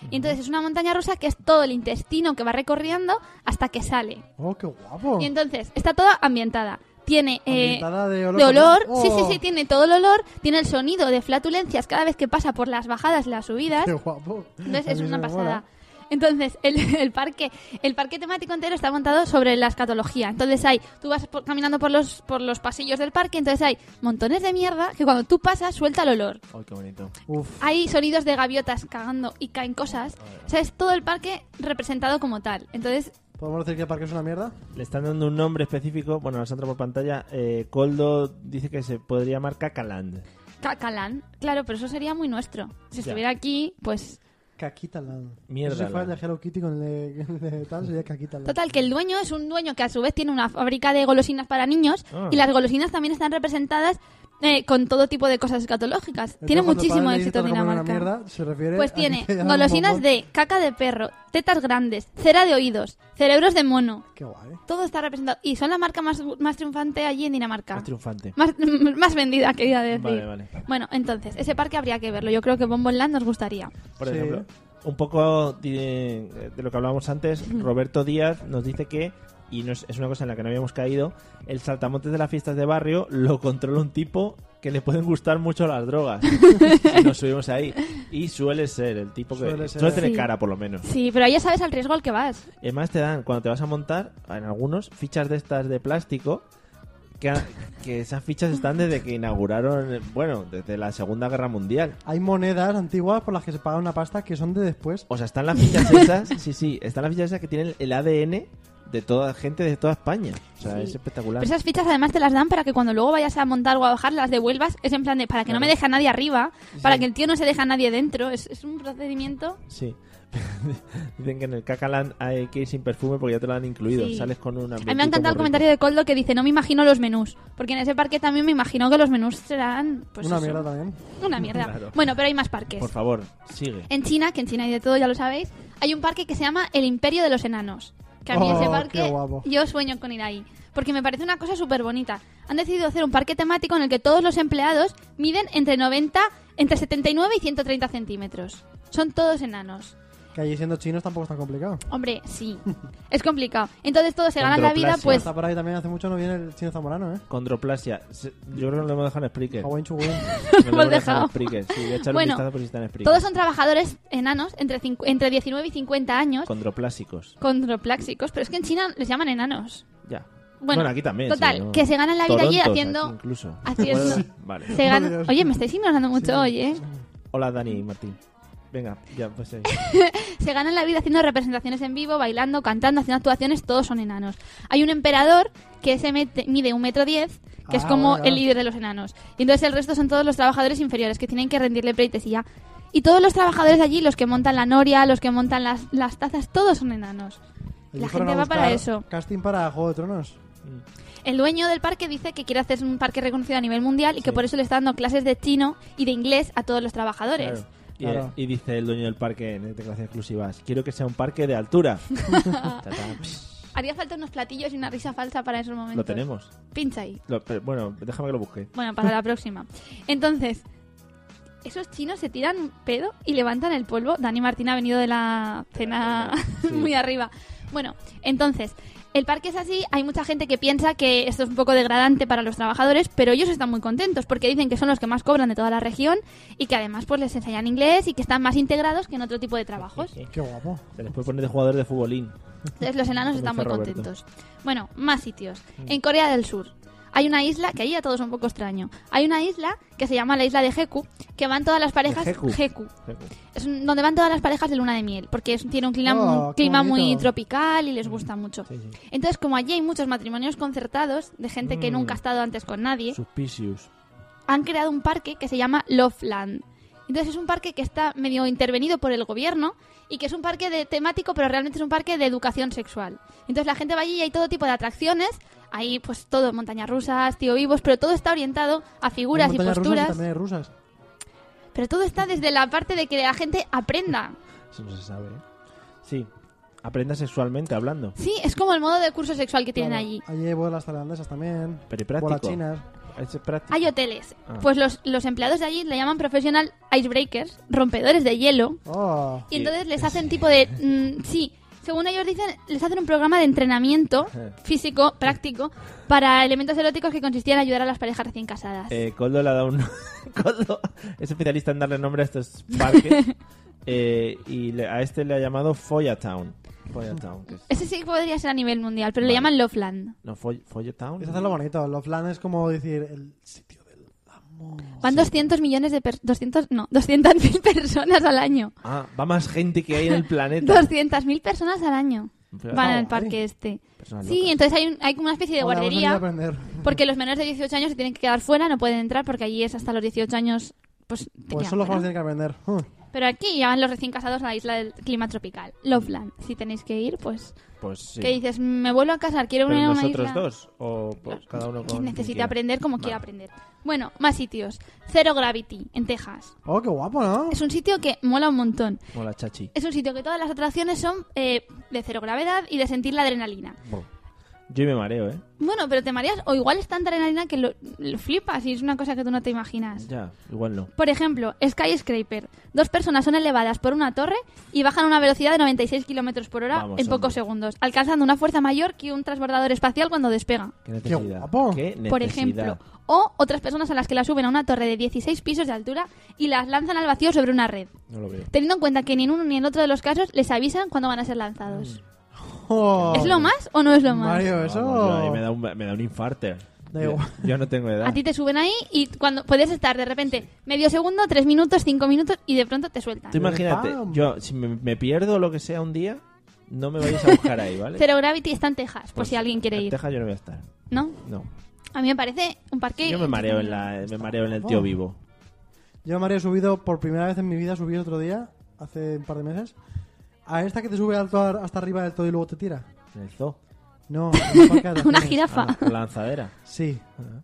Speaker 3: Y entonces es una montaña rusa que es todo el intestino que va recorriendo hasta que sale.
Speaker 2: Oh, qué guapo.
Speaker 3: Y entonces está toda ambientada. Tiene eh,
Speaker 2: Ambientada de olor.
Speaker 3: de olor, sí, sí,
Speaker 2: Oh,
Speaker 3: sí, tiene todo el olor, tiene el sonido de flatulencias cada vez que pasa por las bajadas y las subidas.
Speaker 2: Qué guapo.
Speaker 3: Entonces
Speaker 2: A
Speaker 3: es
Speaker 2: mí se
Speaker 3: una
Speaker 2: me
Speaker 3: pasada.
Speaker 2: mola.
Speaker 3: Entonces, el, el parque el parque temático entero está montado sobre la escatología. Entonces hay, tú vas por- caminando por los por los pasillos del parque, entonces hay montones de mierda que cuando tú pasas suelta el olor.
Speaker 1: Ay, qué bonito.
Speaker 2: Uf.
Speaker 3: Hay sonidos de gaviotas cagando y caen cosas. O sea, es todo el parque representado como tal. Entonces,
Speaker 2: ¿Podemos decir que el parque es una mierda?
Speaker 1: Le están dando un nombre específico. Bueno, nos entra por pantalla. Eh, Coldo dice que se podría llamar Cacaland.
Speaker 3: Cacalán, claro, pero eso sería muy nuestro. Si
Speaker 1: Ya.
Speaker 3: estuviera aquí, pues
Speaker 2: Caquita Land.
Speaker 1: Mierda
Speaker 2: Si fuera el
Speaker 1: Land.
Speaker 2: de Hello Kitty con el de, con el de tal, sería Caquita Land.
Speaker 3: Total, que el dueño es un dueño que a su vez tiene una fábrica de golosinas para niños
Speaker 1: Ah.
Speaker 3: y las golosinas también están representadas eh, con todo tipo de cosas escatológicas.
Speaker 2: Entonces,
Speaker 3: tiene
Speaker 2: cuando
Speaker 3: muchísimo
Speaker 2: Pablo dice
Speaker 3: éxito en
Speaker 2: que come una
Speaker 3: Dinamarca.
Speaker 2: mierda, se refiere
Speaker 3: Pues
Speaker 2: a
Speaker 3: tiene
Speaker 2: que te dan un
Speaker 3: golosinas
Speaker 2: bombón.
Speaker 3: de caca de perro, tetas grandes, cera de oídos, cerebros de mono.
Speaker 2: Qué guay. eh.
Speaker 3: Todo está representado. Y son la marca más, más triunfante allí en Dinamarca.
Speaker 1: Es triunfante.
Speaker 3: Más, más vendida, quería decir.
Speaker 1: Vale, vale.
Speaker 3: Bueno, entonces, ese parque habría que verlo. Yo creo que Bombonland nos gustaría.
Speaker 1: Por
Speaker 2: Sí.
Speaker 1: ejemplo, un poco de, de lo que hablábamos antes, Roberto Díaz nos dice que, y no es, es una cosa en la que no habíamos caído, el saltamontes de las fiestas de barrio lo controla un tipo que le pueden gustar mucho las drogas. Y nos subimos ahí. Y suele ser el tipo que
Speaker 2: Suele
Speaker 1: suele,
Speaker 2: ser.
Speaker 1: tener
Speaker 3: Sí.
Speaker 1: cara, por lo menos.
Speaker 3: Sí, pero ahí ya sabes al riesgo al que vas.
Speaker 1: Además, te dan, cuando te vas a montar, en algunos, fichas de estas de plástico que, ha- que esas fichas están desde que inauguraron, bueno, desde la Segunda Guerra Mundial.
Speaker 2: Hay monedas antiguas por las que se paga una pasta que son de después.
Speaker 1: O sea, están las fichas esas, sí, sí, están las fichas esas que tienen el ADN de toda gente de toda España. O sea, es espectacular.
Speaker 3: Pero esas fichas además te las dan para que cuando luego vayas a montar o a bajar las devuelvas. Es en plan de para que no me deje a nadie arriba, para que el tío no se deje a nadie dentro. Es, es un procedimiento.
Speaker 1: Sí. Dicen que en el Cacalan hay que ir sin perfume porque ya te lo han incluido.
Speaker 3: Sí.
Speaker 1: Sales con una.
Speaker 3: A mí me ha encantado el comentario de Coldo que dice: No me imagino los menús. Porque en ese parque también me imagino que los menús serán. Pues
Speaker 2: una
Speaker 3: eso,
Speaker 2: mierda también.
Speaker 3: Una mierda.
Speaker 1: Claro.
Speaker 3: Bueno, pero hay más parques.
Speaker 1: Por favor, sigue.
Speaker 3: En China, que en China hay de todo, ya lo sabéis, hay un parque que se llama el Imperio de los Enanos. Que a mí
Speaker 2: Oh,
Speaker 3: ese parque
Speaker 2: qué guapo.
Speaker 3: yo sueño con ir ahí. Porque me parece una cosa súper bonita. Han decidido hacer un parque temático en el que todos los empleados miden entre 90, entre 79 y 130 centímetros. Son todos enanos.
Speaker 2: Que allí siendo chinos tampoco es tan complicado.
Speaker 3: Hombre, sí. Es complicado. Entonces todos se ganan la vida,
Speaker 1: Condroplasia.
Speaker 3: pues...
Speaker 2: Hasta por ahí también hace mucho no viene el chino zamorano, ¿eh?
Speaker 1: Condroplasia. Se- Yo creo que no lo hemos dejado en Spreaker.
Speaker 2: Hawaiian Chugun.
Speaker 1: No
Speaker 3: Lo hemos dejado.
Speaker 1: en Spreaker. Sí, voy a echar
Speaker 3: Bueno,
Speaker 1: un vistazo por si está en Spreaker.
Speaker 3: Todos son trabajadores enanos entre, cincu- entre 19 y 50 años,
Speaker 1: Condroplásicos.
Speaker 3: condroplásicos, pero es que en China les llaman enanos.
Speaker 1: Ya.
Speaker 3: Bueno,
Speaker 1: aquí también.
Speaker 3: total,
Speaker 1: sí, ¿no?
Speaker 3: que se ganan la vida allí
Speaker 1: Torontos,
Speaker 3: haciendo-
Speaker 1: aquí incluso.
Speaker 3: haciendo-
Speaker 1: Sí. Vale.
Speaker 3: Se gana-
Speaker 2: Dios.
Speaker 3: Oye, me estáis ignorando mucho hoy, ¿eh?
Speaker 1: Hola, Dani y Martín. Venga, ya, pues ahí.
Speaker 3: Se ganan la vida haciendo representaciones en vivo, bailando, cantando, haciendo actuaciones, todos son enanos. Hay un emperador que se mete- mide un metro diez, que es
Speaker 2: Ah,
Speaker 3: como
Speaker 2: bueno.
Speaker 3: el líder de los enanos. Y entonces el resto son todos los trabajadores inferiores que tienen que rendirle pleitesía. Y todos los trabajadores de allí, los que montan la noria, los que montan las, las tazas, todos son enanos.
Speaker 2: Allí
Speaker 3: La
Speaker 2: fueron
Speaker 3: gente
Speaker 2: a
Speaker 3: va para
Speaker 2: buscar
Speaker 3: eso.
Speaker 2: Casting para Juego de Tronos.
Speaker 3: El dueño del parque dice que quiere hacer un parque reconocido a nivel mundial y que por eso le está dando clases de chino y de inglés a todos los trabajadores.
Speaker 1: Claro. Y, eh,
Speaker 2: Claro.
Speaker 1: y dice el dueño del parque en declaraciones exclusivas: Quiero que sea un parque de altura. Ta, ta, psh,
Speaker 3: Haría falta unos platillos y una risa falsa para esos momentos.
Speaker 1: lo tenemos.
Speaker 3: Pincha ahí.
Speaker 1: Lo- pero, bueno, déjame que lo busque.
Speaker 3: Bueno, para la próxima. Entonces, esos chinos se tiran un pedo y levantan el polvo. Dani Martín ha venido de la cena
Speaker 1: Sí.
Speaker 3: muy arriba. Bueno, entonces, el parque es así. Hay mucha gente que piensa que esto es un poco degradante para los trabajadores, pero ellos están muy contentos porque dicen que son los que más cobran de toda la región y que además pues les enseñan inglés y que están más integrados que en otro tipo de trabajos.
Speaker 2: Qué guapo.
Speaker 1: Se les puede poner de jugador de futbolín.
Speaker 3: Entonces los enanos
Speaker 1: Como
Speaker 3: están muy
Speaker 1: dice Roberto. Mm.
Speaker 3: contentos. Bueno, más sitios. En Corea del Sur hay una isla, que ahí a todos un poco extraño, hay una isla que se llama la isla de Jeku, que van todas las parejas...
Speaker 1: Jeju?
Speaker 3: Jeku. Es un- donde van todas las parejas de luna de miel, porque es- tiene
Speaker 1: Ah,
Speaker 3: un clima,
Speaker 2: Oh,
Speaker 3: un
Speaker 2: qué
Speaker 3: clima
Speaker 2: bonito.
Speaker 3: muy tropical y les gusta mucho.
Speaker 1: Mm. Sí, sí.
Speaker 3: Entonces, como allí hay muchos matrimonios concertados de gente que
Speaker 1: Mm.
Speaker 3: nunca ha estado antes con nadie,
Speaker 1: Suspicious.
Speaker 3: han creado un parque que se llama Loveland. Entonces es un parque que está medio intervenido por el gobierno y que es un parque de temático, pero realmente es un parque de educación sexual. Entonces la gente va allí y hay todo tipo de atracciones, hay pues todo, montañas rusas, tío vivos, pero todo está orientado a
Speaker 2: Hay
Speaker 3: figuras y
Speaker 2: montañas rusas
Speaker 3: posturas.
Speaker 2: también hay rusas.
Speaker 3: Pero todo está desde la parte de que la gente aprenda.
Speaker 1: Eso no se sabe, ¿eh? Sí. Aprenda sexualmente hablando.
Speaker 3: Sí, es como el modo de curso sexual que tienen
Speaker 2: Claro.
Speaker 3: allí.
Speaker 2: Allí hay bolas tailandesas también.
Speaker 1: Pero y
Speaker 2: Bolas
Speaker 1: práctico.
Speaker 2: chinas.
Speaker 1: Ese es práctico.
Speaker 3: Hay hoteles.
Speaker 1: Ah.
Speaker 3: Pues los, los empleados de allí le llaman profesional icebreakers, rompedores de hielo,
Speaker 2: Oh.
Speaker 3: Y entonces les hacen tipo de... mm, sí, según ellos dicen, les hacen un programa de entrenamiento
Speaker 2: Eh.
Speaker 3: físico, práctico, para elementos eróticos que consistía en ayudar a las parejas recién casadas.
Speaker 1: Eh, Coldo le ha dado un... Coldo es especialista en darle nombre a estos parques. Eh, y le- a este le ha llamado Follatown. Follatown, que es...
Speaker 3: Ese sí que podría ser a nivel mundial, pero
Speaker 1: Vale.
Speaker 3: le llaman Loveland.
Speaker 1: No, Foll- Follatown.
Speaker 2: Es hacerlo bonito. Los flan es como decir el sitio del amor.
Speaker 3: Van 200 millones de... per- 200, no, 200.000 personas al año.
Speaker 1: Ah, va más gente que hay en el planeta.
Speaker 3: 200.000 personas al año
Speaker 1: Pero-
Speaker 3: van al
Speaker 2: guay.
Speaker 3: parque este.
Speaker 1: oh, Personas
Speaker 3: Sí,
Speaker 1: locas.
Speaker 3: entonces hay, un- hay como una especie de
Speaker 2: Ah, Hola, hemos venido a
Speaker 3: guardería,
Speaker 2: aprender.
Speaker 3: porque los menores de 18 años se tienen que quedar fuera, no pueden entrar, porque allí es hasta los 18 años... Pues, te
Speaker 2: Pues
Speaker 3: quedan
Speaker 2: eso los
Speaker 3: fuera.
Speaker 2: jóvenes tienen que aprender. Huh.
Speaker 3: Pero aquí ya van los recién casados a la isla del clima tropical, Loveland. Si tenéis que ir, pues...
Speaker 1: Pues sí.
Speaker 3: ¿Qué dices? Me vuelvo a casar, quiero
Speaker 1: Pero
Speaker 3: una, una
Speaker 1: nosotros
Speaker 3: isla...
Speaker 1: dos. O pues, cada uno con...
Speaker 3: Quien necesite
Speaker 1: quiera.
Speaker 3: aprender como
Speaker 1: Vale.
Speaker 3: quiera aprender. Bueno, más sitios. Zero Gravity, en Texas.
Speaker 2: Oh, qué guapo, ¿no?
Speaker 3: Es un sitio que mola un montón.
Speaker 1: Mola, chachi.
Speaker 3: Es un sitio que todas las atracciones son eh, de cero gravedad y de sentir la adrenalina.
Speaker 1: Bo. Yo me mareo, ¿eh?
Speaker 3: Bueno, pero te mareas o igual es tanta adrenalina que lo, lo flipas y es una cosa que tú no te imaginas.
Speaker 1: Ya, igual no.
Speaker 3: Por ejemplo, Skyscraper. Dos personas son elevadas por una torre y bajan a una velocidad de 96 kilómetros por hora
Speaker 1: Vamos,
Speaker 3: en pocos
Speaker 1: hombre.
Speaker 3: segundos, alcanzando una fuerza mayor que un transbordador espacial cuando despega.
Speaker 1: Qué necesidad.
Speaker 2: guapo.
Speaker 1: Qué necesidad.
Speaker 3: Por ejemplo, o otras personas a las que las suben a una torre de 16 pisos de altura y las lanzan al vacío sobre una red,
Speaker 1: No lo veo.
Speaker 3: teniendo en cuenta que ni en uno ni en otro de los casos les avisan cuándo van a ser
Speaker 1: Mm.
Speaker 3: lanzados.
Speaker 2: Oh.
Speaker 3: ¿Es lo más o no es lo más?
Speaker 2: Mario, eso.
Speaker 1: Vamos, yo ahí me da un, me da un infarte.
Speaker 2: Da
Speaker 1: Yo,
Speaker 2: igual.
Speaker 1: yo no tengo edad.
Speaker 3: A ti te suben ahí y cuando puedes estar de repente medio segundo, tres minutos, cinco minutos y de pronto te sueltan.
Speaker 1: Tú imagínate,
Speaker 2: ¡Pam!
Speaker 1: yo si me, me pierdo lo que sea un día, no me vayáis a buscar ahí, ¿vale?
Speaker 3: Zero Gravity está en Texas, por
Speaker 1: Pues,
Speaker 3: si alguien quiere
Speaker 1: en
Speaker 3: ir.
Speaker 1: Texas yo no voy a estar.
Speaker 3: ¿No?
Speaker 1: No.
Speaker 3: A mí me parece un parque.
Speaker 1: Yo me mareo en la, me mareo en el tío vivo.
Speaker 2: Yo, Mario, he subido por primera vez en mi vida, subí otro día, hace un par de meses, a esta que te sube alto a- hasta arriba del todo y luego te tira.
Speaker 1: En el zoo.
Speaker 2: No, en un parque de
Speaker 3: Una
Speaker 2: atracciones.
Speaker 3: jirafa.
Speaker 1: Ah, la lanzadera.
Speaker 2: Sí.
Speaker 1: Ah.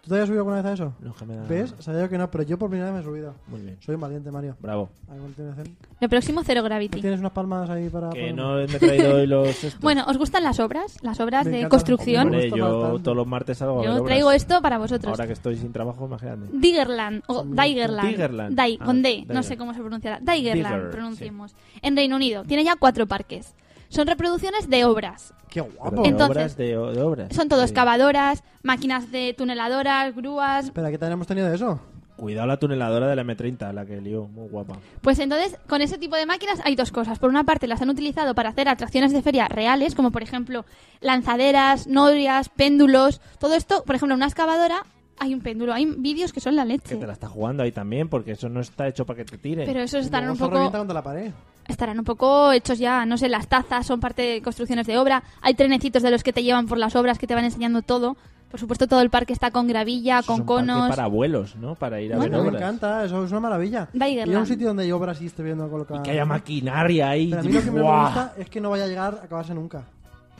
Speaker 2: ¿Tú te habías subido alguna vez a eso?
Speaker 1: No, que me da-
Speaker 2: ¿Ves? Sabía yo que no, pero yo por primera vez me he subido.
Speaker 1: Muy bien.
Speaker 2: Soy un valiente, Mario.
Speaker 1: Bravo.
Speaker 2: A continuación.
Speaker 3: Lo próximo, Zero
Speaker 2: ¿No
Speaker 3: Gravity.
Speaker 2: tienes unas palmas ahí para.?
Speaker 1: Que
Speaker 2: poner?
Speaker 1: no me he traído hoy los. estos.
Speaker 3: Bueno, ¿os gustan las obras? Las obras
Speaker 2: Me
Speaker 3: de
Speaker 2: encantan.
Speaker 3: construcción.
Speaker 2: Hombre,
Speaker 1: Vale,
Speaker 2: Justo
Speaker 1: yo
Speaker 2: faltando.
Speaker 1: todos los martes salgo a ver
Speaker 3: Yo
Speaker 1: obras.
Speaker 3: traigo esto para vosotros.
Speaker 1: Ahora que estoy sin trabajo, imagínate.
Speaker 3: Diggerland o Digerland.
Speaker 1: Diggerland.
Speaker 3: Dai-
Speaker 1: Ah,
Speaker 3: con D, no
Speaker 1: Diggerland.
Speaker 3: sé cómo se pronunciará. Digerland,
Speaker 1: Digger,
Speaker 3: pronunciemos. En Reino Unido. Tiene ya cuatro parques. Son reproducciones de obras.
Speaker 2: ¡Qué
Speaker 1: Pero
Speaker 2: guapo!
Speaker 1: de
Speaker 3: Entonces-
Speaker 1: obras, de, de obras.
Speaker 3: Son todo
Speaker 1: Sí.
Speaker 3: excavadoras, máquinas de tuneladoras, grúas.
Speaker 2: Espera, ¿qué tal hemos tenido de eso?
Speaker 1: Cuidado la tuneladora de la M30, la que lió, muy guapa.
Speaker 3: Pues entonces, con ese tipo de máquinas hay dos cosas. Por una parte, las han utilizado para hacer atracciones de feria reales, como por ejemplo lanzaderas, norias, péndulos. Todo esto, por ejemplo, en una excavadora hay un péndulo. Hay vídeos que son la
Speaker 1: Que
Speaker 3: leche.
Speaker 1: te la está jugando ahí también, porque eso no está hecho para que te tiren.
Speaker 3: Pero esos estarán
Speaker 2: Luego
Speaker 3: un
Speaker 2: se revienta
Speaker 3: poco
Speaker 2: contra la pared.
Speaker 3: estarán un poco hechos ya, no sé, las tazas son parte de construcciones de obra, hay trenecitos de los que te llevan por las obras que te van enseñando todo. Por supuesto, todo el parque está con gravilla,
Speaker 1: Eso es
Speaker 3: con
Speaker 1: un parque
Speaker 3: conos.
Speaker 1: para abuelos, ¿no? Para ir a
Speaker 2: Bueno,
Speaker 1: ver
Speaker 2: me
Speaker 1: obras.
Speaker 2: encanta, eso es una maravilla.
Speaker 3: Digerland.
Speaker 2: Ir a un sitio donde hay obras y esté viendo colocar.
Speaker 1: Que haya maquinaria ahí.
Speaker 2: Pero a mí lo que me
Speaker 1: ¡Buah!
Speaker 2: gusta es que no vaya a llegar a acabarse nunca.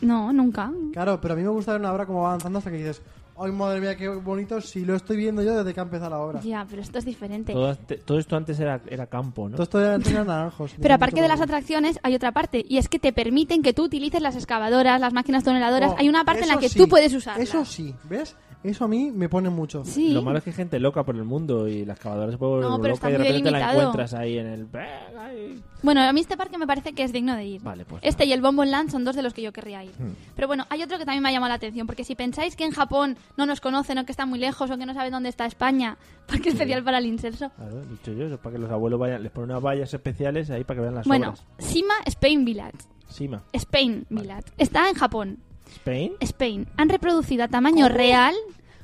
Speaker 3: No, nunca.
Speaker 2: Claro, pero a mí me gusta ver una obra como va avanzando hasta que dices, ¡ay madre mía, qué bonito! Si lo estoy viendo yo desde que ha empezado la obra.
Speaker 3: Ya, pero esto es diferente.
Speaker 1: Todo, ante- todo esto antes era, era campo, ¿no?
Speaker 2: Todo esto ya tenía naranjos.
Speaker 3: Pero aparte de las atracciones, hay otra parte, y es que te permiten que tú utilices las excavadoras, las máquinas toneladoras.
Speaker 2: Oh,
Speaker 3: hay una parte en la
Speaker 2: eso
Speaker 3: que
Speaker 2: sí,
Speaker 3: tú puedes usarlas.
Speaker 2: Eso sí, ¿ves? Eso a mí me pone mucho.
Speaker 3: Sí.
Speaker 1: Lo malo es que hay gente loca por el mundo y las excavadoras se puede volver
Speaker 3: No, pero
Speaker 1: loca y de
Speaker 3: está muy
Speaker 1: repente la
Speaker 3: delimitado.
Speaker 1: encuentras ahí en el... Ay.
Speaker 3: Bueno, a mí este parque me parece que es digno de ir.
Speaker 1: Vale, pues Hmm.
Speaker 3: este y el Bonbon Land son dos de los que yo querría ir. Pero bueno, hay otro que también me ha llamado la atención, porque si pensáis que en Japón no nos conocen o que está muy lejos o que no saben dónde está España, porque especial para el inserso.
Speaker 1: Claro, he dicho yo, eso es para que los abuelos vayan, les ponen unas vallas especiales ahí para que vean las
Speaker 3: Bueno,
Speaker 1: obras.
Speaker 3: Sima Spain Village.
Speaker 1: Sima.
Speaker 3: Spain Village. Está en Japón.
Speaker 1: Spain.
Speaker 3: Spain. Han reproducido a tamaño real